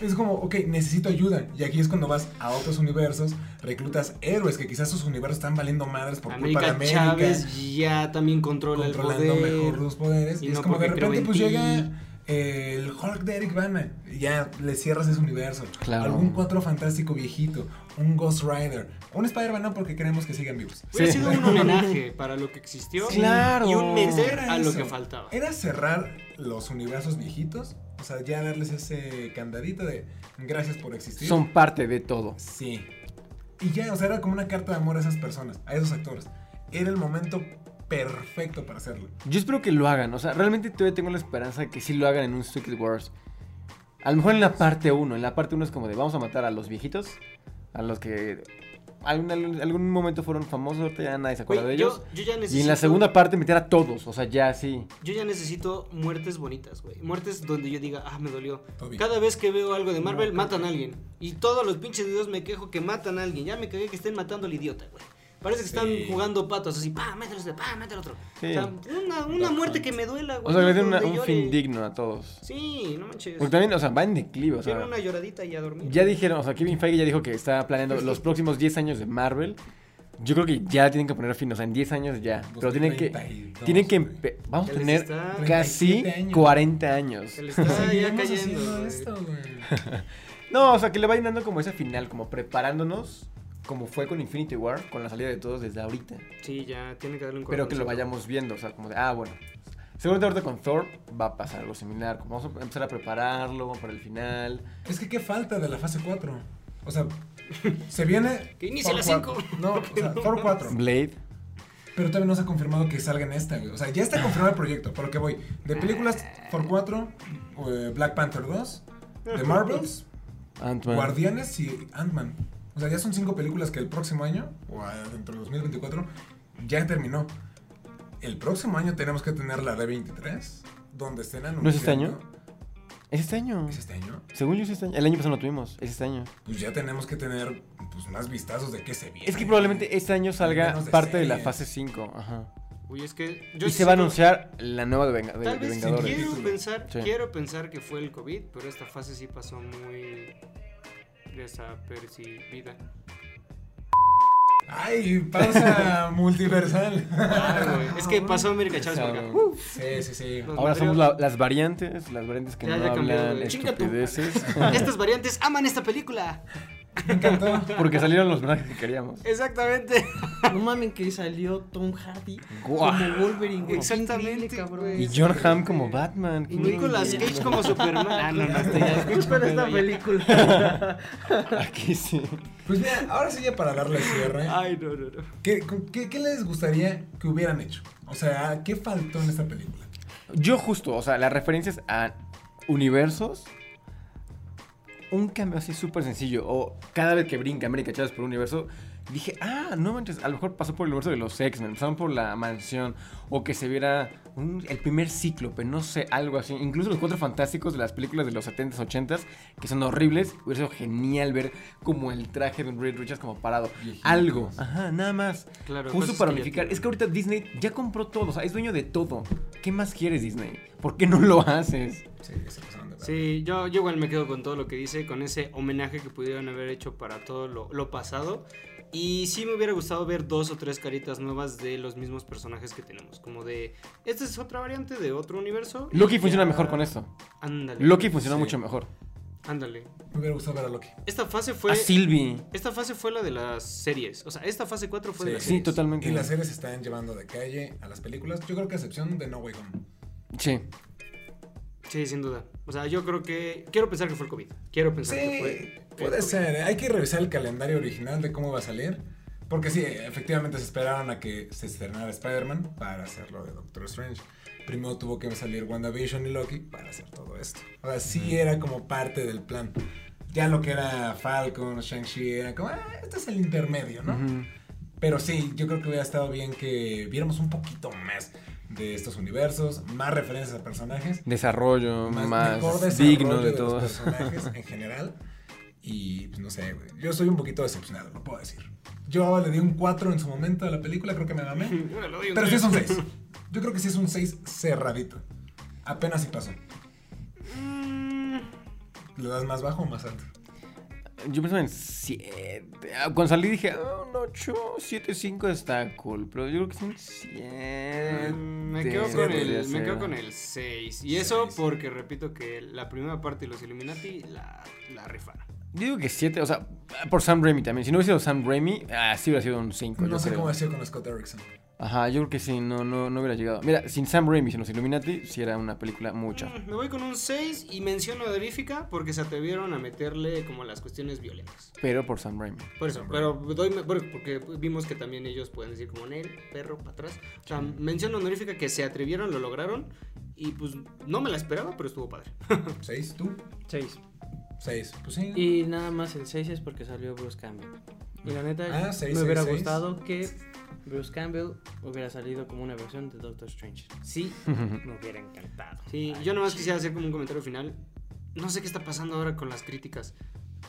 Speaker 1: Es como, ok, necesito ayuda. Y aquí es cuando vas a otros universos, reclutas héroes que quizás sus universos están valiendo madres por culpa de
Speaker 4: América
Speaker 1: América.
Speaker 4: Chávez ya también controla el
Speaker 1: controlando
Speaker 4: poder.
Speaker 1: mejor los poderes.
Speaker 4: Y
Speaker 1: Y, es
Speaker 4: no
Speaker 1: como de
Speaker 4: porque creo
Speaker 1: repente
Speaker 4: en
Speaker 1: pues
Speaker 4: ti.
Speaker 1: llega eh, el Hulk de Eric Bana. y Ya le cierras ese universo.
Speaker 3: Claro.
Speaker 1: Algún cuatro fantástico viejito. Un Ghost Rider. Un Spider-Man no, porque queremos que sigan vivos.
Speaker 4: Hubiera
Speaker 3: Sí.
Speaker 4: sido un homenaje para lo que existió
Speaker 3: Claro.
Speaker 4: y un mensaje
Speaker 1: Era
Speaker 4: a lo
Speaker 1: eso.
Speaker 4: que faltaba.
Speaker 1: Era cerrar los universos viejitos. O sea, ya darles ese candadito de gracias por existir.
Speaker 3: Son parte de todo.
Speaker 1: Sí. Y ya, o sea, era como una carta de amor a esas personas, a esos actores. Era el momento perfecto para hacerlo.
Speaker 3: Yo espero que lo hagan. O sea, realmente todavía tengo la esperanza de que sí lo hagan en un Secret Wars. A lo mejor en la parte 1. En la parte 1 es como de vamos a matar a los viejitos. A los que algún, algún, algún momento fueron famosos. Ahorita ya nadie se acuerda
Speaker 4: Güey,
Speaker 3: de ellos.
Speaker 4: yo, yo ya necesito,
Speaker 3: Y en la segunda parte meter a todos. O sea, ya así.
Speaker 4: Yo ya necesito muertes bonitas, güey. Muertes donde yo diga, ah, me dolió.
Speaker 1: Toby.
Speaker 4: Cada vez que veo algo de Marvel, matan a alguien. Y todos los pinches videos me quejo que matan a alguien. Ya me cagué que estén matando al idiota, güey. Parece que están
Speaker 1: Sí.
Speaker 4: jugando patos así, pa, mete de pa, mete otro.
Speaker 3: Sí.
Speaker 4: O sea, una, una muerte que me duela,
Speaker 3: O
Speaker 4: güey.
Speaker 3: sea, que le den
Speaker 4: donde
Speaker 3: una- un
Speaker 4: llore.
Speaker 3: fin digno a todos.
Speaker 4: Sí, no manches.
Speaker 3: Porque también, o sea, va en declive, o sea.
Speaker 4: Tiene una lloradita y a dormir.
Speaker 3: Ya dijeron, o sea, Kevin Feige ya dijo que está planeando los próximos 10 años de Marvel. Yo creo que ya tienen que poner fin, o sea, en 10 años ya.
Speaker 1: Pues
Speaker 3: Pero tienen que.
Speaker 1: 2032,
Speaker 3: Tienen que.
Speaker 1: güey.
Speaker 3: empe- Vamos a
Speaker 4: Ya les
Speaker 3: tener
Speaker 4: está-
Speaker 3: casi
Speaker 1: 37 años.
Speaker 3: 40 años.
Speaker 4: Se le está ya
Speaker 1: Seguiremos
Speaker 4: cayendo.
Speaker 1: haciendo
Speaker 4: güey.
Speaker 1: esto, güey.
Speaker 3: No, o sea, que le vayan dando como esa final, como preparándonos, como fue con Infinity War, con la salida de todos desde ahorita.
Speaker 4: Sí, ya tiene que darle un
Speaker 3: Pero que lo
Speaker 4: corazoncito.
Speaker 3: vayamos viendo, o sea, como de, ah, bueno. Seguramente ahorita con Thor va a pasar algo similar. Como vamos a empezar a prepararlo para el final.
Speaker 1: Es que qué falta de la fase 4. O sea, se viene.
Speaker 4: Que inicie
Speaker 1: Thor
Speaker 4: la
Speaker 1: 4.
Speaker 4: cinco.
Speaker 1: No, o sea, Thor 4.
Speaker 3: Blade.
Speaker 1: Pero todavía no se ha confirmado que salga en esta, güey. O sea, ya está confirmado el proyecto. Por lo que voy. De películas Thor 4, eh, Black Panther 2, The Marvels,
Speaker 3: Ant-Man.
Speaker 1: Guardianes y Ant-Man. O sea, ya son cinco películas que el próximo año, o ah, dentro del 2024, ya terminó. El próximo año tenemos que tener la D23, donde estén anunciando.
Speaker 3: es este año? Es este año.
Speaker 1: ¿Es este año?
Speaker 3: Según yo, es este año. El año pasado no tuvimos. Es este año.
Speaker 1: Pues ya tenemos que tener pues, más vistazos de qué se viene.
Speaker 3: Es que probablemente este año salga
Speaker 1: menos de
Speaker 3: parte de la
Speaker 1: series.
Speaker 3: fase 5. Ajá.
Speaker 4: Uy, es que.
Speaker 3: y
Speaker 4: sí
Speaker 3: se va a
Speaker 4: siento-
Speaker 3: anunciar la nueva de, Venga- de-
Speaker 4: Tal
Speaker 3: de
Speaker 4: vez
Speaker 3: Vengadores.
Speaker 4: quiero
Speaker 1: Sí.
Speaker 4: pensar,
Speaker 3: Sí.
Speaker 4: quiero pensar que fue el COVID, pero esta fase sí pasó muy desapercibida.
Speaker 1: ¡Ay! Pausa multiversal.
Speaker 4: Claro, güey. es que pasó América Chávez por acá.
Speaker 3: Esa-
Speaker 1: Sí, sí, sí.
Speaker 4: Los
Speaker 3: Ahora somos
Speaker 4: materiales-
Speaker 3: la- las variantes, las variantes que
Speaker 4: Ya,
Speaker 3: no
Speaker 4: ya cambió,
Speaker 3: hablan
Speaker 4: güey. Chinga tu
Speaker 3: estupideces.
Speaker 4: Estas variantes aman esta película.
Speaker 1: Me encantó.
Speaker 3: Porque salieron los personajes que queríamos.
Speaker 4: Exactamente.
Speaker 2: No mames que salió Tom Hardy
Speaker 3: Guau.
Speaker 2: como Wolverine, güey.
Speaker 4: Exactamente,
Speaker 2: Increíble, cabrón.
Speaker 4: güey.
Speaker 3: Y John Hamm como Batman.
Speaker 4: Y Nicolas Cage como Superman. Ah, no, no, este ya es mucho
Speaker 2: Pero
Speaker 4: pedo
Speaker 2: esta
Speaker 4: ya.
Speaker 2: película.
Speaker 3: Aquí sí.
Speaker 1: Pues mira, ahora sí ya para darle cierre.
Speaker 4: Ay, no, no, no.
Speaker 1: ¿Qué, con- qué, qué les gustaría que hubieran hecho? O sea, ¿qué faltó en esta película?
Speaker 3: Yo justo, o sea, las referencias a universos. Un cambio así súper sencillo. O cada vez que brinca América Chávez por un universo, dije, ah, no manches, a lo mejor pasó por el universo de los X-Men, pasaron por la mansión. O que se viera un- el primer cíclope, no sé, algo así. Incluso los cuatro fantásticos de las películas de los 70s, 80s, que son horribles. Hubiera sido genial ver como el traje de un Reed Richards como parado.
Speaker 1: Viejitos.
Speaker 3: Algo. Ajá, nada más.
Speaker 4: Claro,
Speaker 3: Justo
Speaker 4: cosas
Speaker 3: para
Speaker 4: que ya
Speaker 3: unificar.
Speaker 4: tienen.
Speaker 3: Es que ahorita Disney ya compró todo, o sea, es dueño de todo. ¿Qué más quieres, Disney? ¿Por qué no lo haces?
Speaker 1: Sí, se pasaron de verdad.
Speaker 4: Sí, yo, yo igual me quedo con todo lo que dice, con ese homenaje que pudieron haber hecho para todo lo, lo pasado. Y sí me hubiera gustado ver dos o tres caritas nuevas de los mismos personajes que tenemos. Como de, esta es otra variante de otro universo. y
Speaker 3: Loki
Speaker 4: ya-
Speaker 3: funciona mejor con esto.
Speaker 4: Ándale.
Speaker 3: Loki funciona
Speaker 1: Sí.
Speaker 3: mucho mejor.
Speaker 4: Ándale.
Speaker 1: Me hubiera gustado ver a Loki.
Speaker 4: Esta fase fue...
Speaker 3: A Sylvie.
Speaker 4: Esta fase fue la de las series. O sea, esta fase 4 fue de las
Speaker 3: Sí,
Speaker 4: series.
Speaker 3: totalmente.
Speaker 1: Y las series se están llevando de calle a las películas. Yo creo que a excepción de No Way Home.
Speaker 3: Sí.
Speaker 4: Sí, sin duda. O sea, yo creo que... Quiero pensar que fue el COVID. Quiero pensar que
Speaker 1: Sí,
Speaker 4: fue...
Speaker 1: puede
Speaker 4: el
Speaker 1: ser. ¿eh? Hay que revisar el calendario original de cómo va a salir. Porque sí, efectivamente se esperaron a que se estrenara Spider-Man para hacer lo de Doctor Strange. Primero tuvo que salir WandaVision y Loki para hacer todo esto. O sea, sí era como parte del plan. Ya lo que era Falcon, Shang-Chi, era como, ah, este es el intermedio, ¿no?
Speaker 3: Ujú.
Speaker 1: Pero sí, yo creo que hubiera estado bien que viéramos un poquito más de estos universos, más referencias a personajes
Speaker 3: Desarrollo más,
Speaker 1: más, mejor desarrollo
Speaker 3: digno de,
Speaker 1: los
Speaker 3: todo.
Speaker 1: personajes en general. Y pues no sé, güey. Yo soy un poquito decepcionado, lo puedo decir. Yo le di un 4 en su momento a la película, creo que me mamé.
Speaker 4: COVID. Bueno, le doy un
Speaker 1: Pero sí es
Speaker 4: tres.
Speaker 1: un 6. Yo creo que sí es un 6 cerradito. Apenas si pasó.
Speaker 4: Mm.
Speaker 1: ¿Le das más bajo o más alto?
Speaker 3: Yo pensaba en 7. Cuando salí dije, ah, un 8, 7, 5 está cool. Pero yo creo que son 7.
Speaker 4: Mm, Me quedo, con
Speaker 1: Este, podría
Speaker 4: el, me quedo con el 6. Y eso
Speaker 1: Seis.
Speaker 4: porque repito que la primera parte de los Illuminati la, la rifaron.
Speaker 3: Yo digo que 7, o sea, por Sam Raimi también. Si no hubiese sido Sam Raimi, así hubiera sido un 5.
Speaker 1: No sé cómo ha sido con Scott Erickson.
Speaker 3: Ajá, yo creo que sí, no, no, no hubiera llegado. Mira, sin Sam Raimi, sin los Illuminati, sí era una película mucha.
Speaker 4: Mm, Me voy con un 6 y menciono honorífica porque se atrevieron a meterle como las cuestiones violentas.
Speaker 3: Pero por Sam Raimi.
Speaker 4: Por eso, pero doy, por- porque vimos que también ellos pueden decir como Nel, perro, para atrás. O sea, mención honorífica que se atrevieron, lo lograron y pues no me la esperaba, pero estuvo padre.
Speaker 1: ¿6? ¿Tú?
Speaker 2: Seis.
Speaker 1: 6. Pues sí.
Speaker 2: Y nada más el 6 es porque salió Bruce Campbell. Y la neta,
Speaker 1: Ah, seis,
Speaker 2: me hubiera
Speaker 1: seis, seis.
Speaker 2: gustado que Bruce Campbell hubiera salido como una versión de Doctor Strange. Sí, me hubiera encantado.
Speaker 4: Sí, yo nomás quisiera hacer como un comentario final. No sé qué está pasando ahora con las críticas.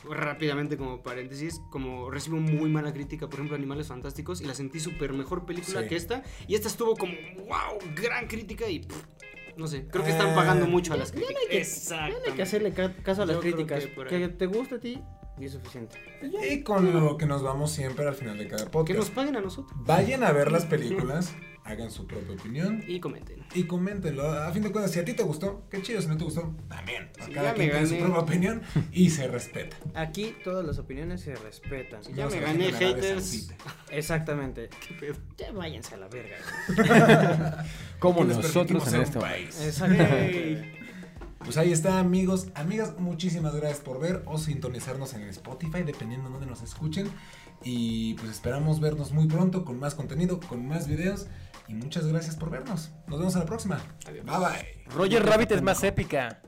Speaker 4: rápidamente como paréntesis, como recibo muy mala crítica, por ejemplo, Animales Fantásticos, y la sentí súper mejor película
Speaker 1: Sí.
Speaker 4: que esta, y esta estuvo como, wow, gran crítica y... pff, no sé, creo que
Speaker 1: Ah.
Speaker 4: están pagando mucho a las críticas.
Speaker 2: hay que-
Speaker 4: Exacto.
Speaker 2: No hay que hacerle ca- caso a las
Speaker 4: Yo creo
Speaker 2: críticas.
Speaker 4: que por
Speaker 2: Que,
Speaker 4: ahí.
Speaker 2: te guste a ti y es suficiente.
Speaker 1: Y con lo que nos vamos siempre al final de cada
Speaker 4: Que nos
Speaker 1: podcast.
Speaker 4: paguen a nosotros.
Speaker 1: Vayan a ver las películas, hagan su propia opinión
Speaker 4: Y comenten.
Speaker 1: y coméntenlo. A fin de cuentas, si a ti te gustó, qué chido. Si no te gustó, también.
Speaker 4: Sí,
Speaker 1: cada
Speaker 4: ya
Speaker 1: quien
Speaker 4: me
Speaker 1: tiene su
Speaker 4: gané.
Speaker 1: propia opinión y se respeta.
Speaker 2: Aquí todas las opiniones se respetan.
Speaker 4: Ya
Speaker 1: No
Speaker 4: me
Speaker 1: se
Speaker 4: gané,
Speaker 1: respeta la
Speaker 4: haters.
Speaker 1: besantita.
Speaker 2: Exactamente.
Speaker 4: Qué pedo.
Speaker 2: Ya váyanse a la verga.
Speaker 3: Como
Speaker 1: Que les
Speaker 3: nosotros
Speaker 1: permitimos
Speaker 3: en
Speaker 1: ser
Speaker 3: este
Speaker 1: un
Speaker 3: momento.
Speaker 1: país.
Speaker 2: Exactamente.
Speaker 1: Pues ahí está, amigos, amigas, muchísimas gracias por ver o sintonizarnos en el Spotify, dependiendo de dónde nos escuchen. Y pues esperamos vernos muy pronto con más contenido, con más videos. Y muchas gracias por vernos. Nos vemos a la próxima. Bye bye.
Speaker 3: Roger Rabbit es más épica.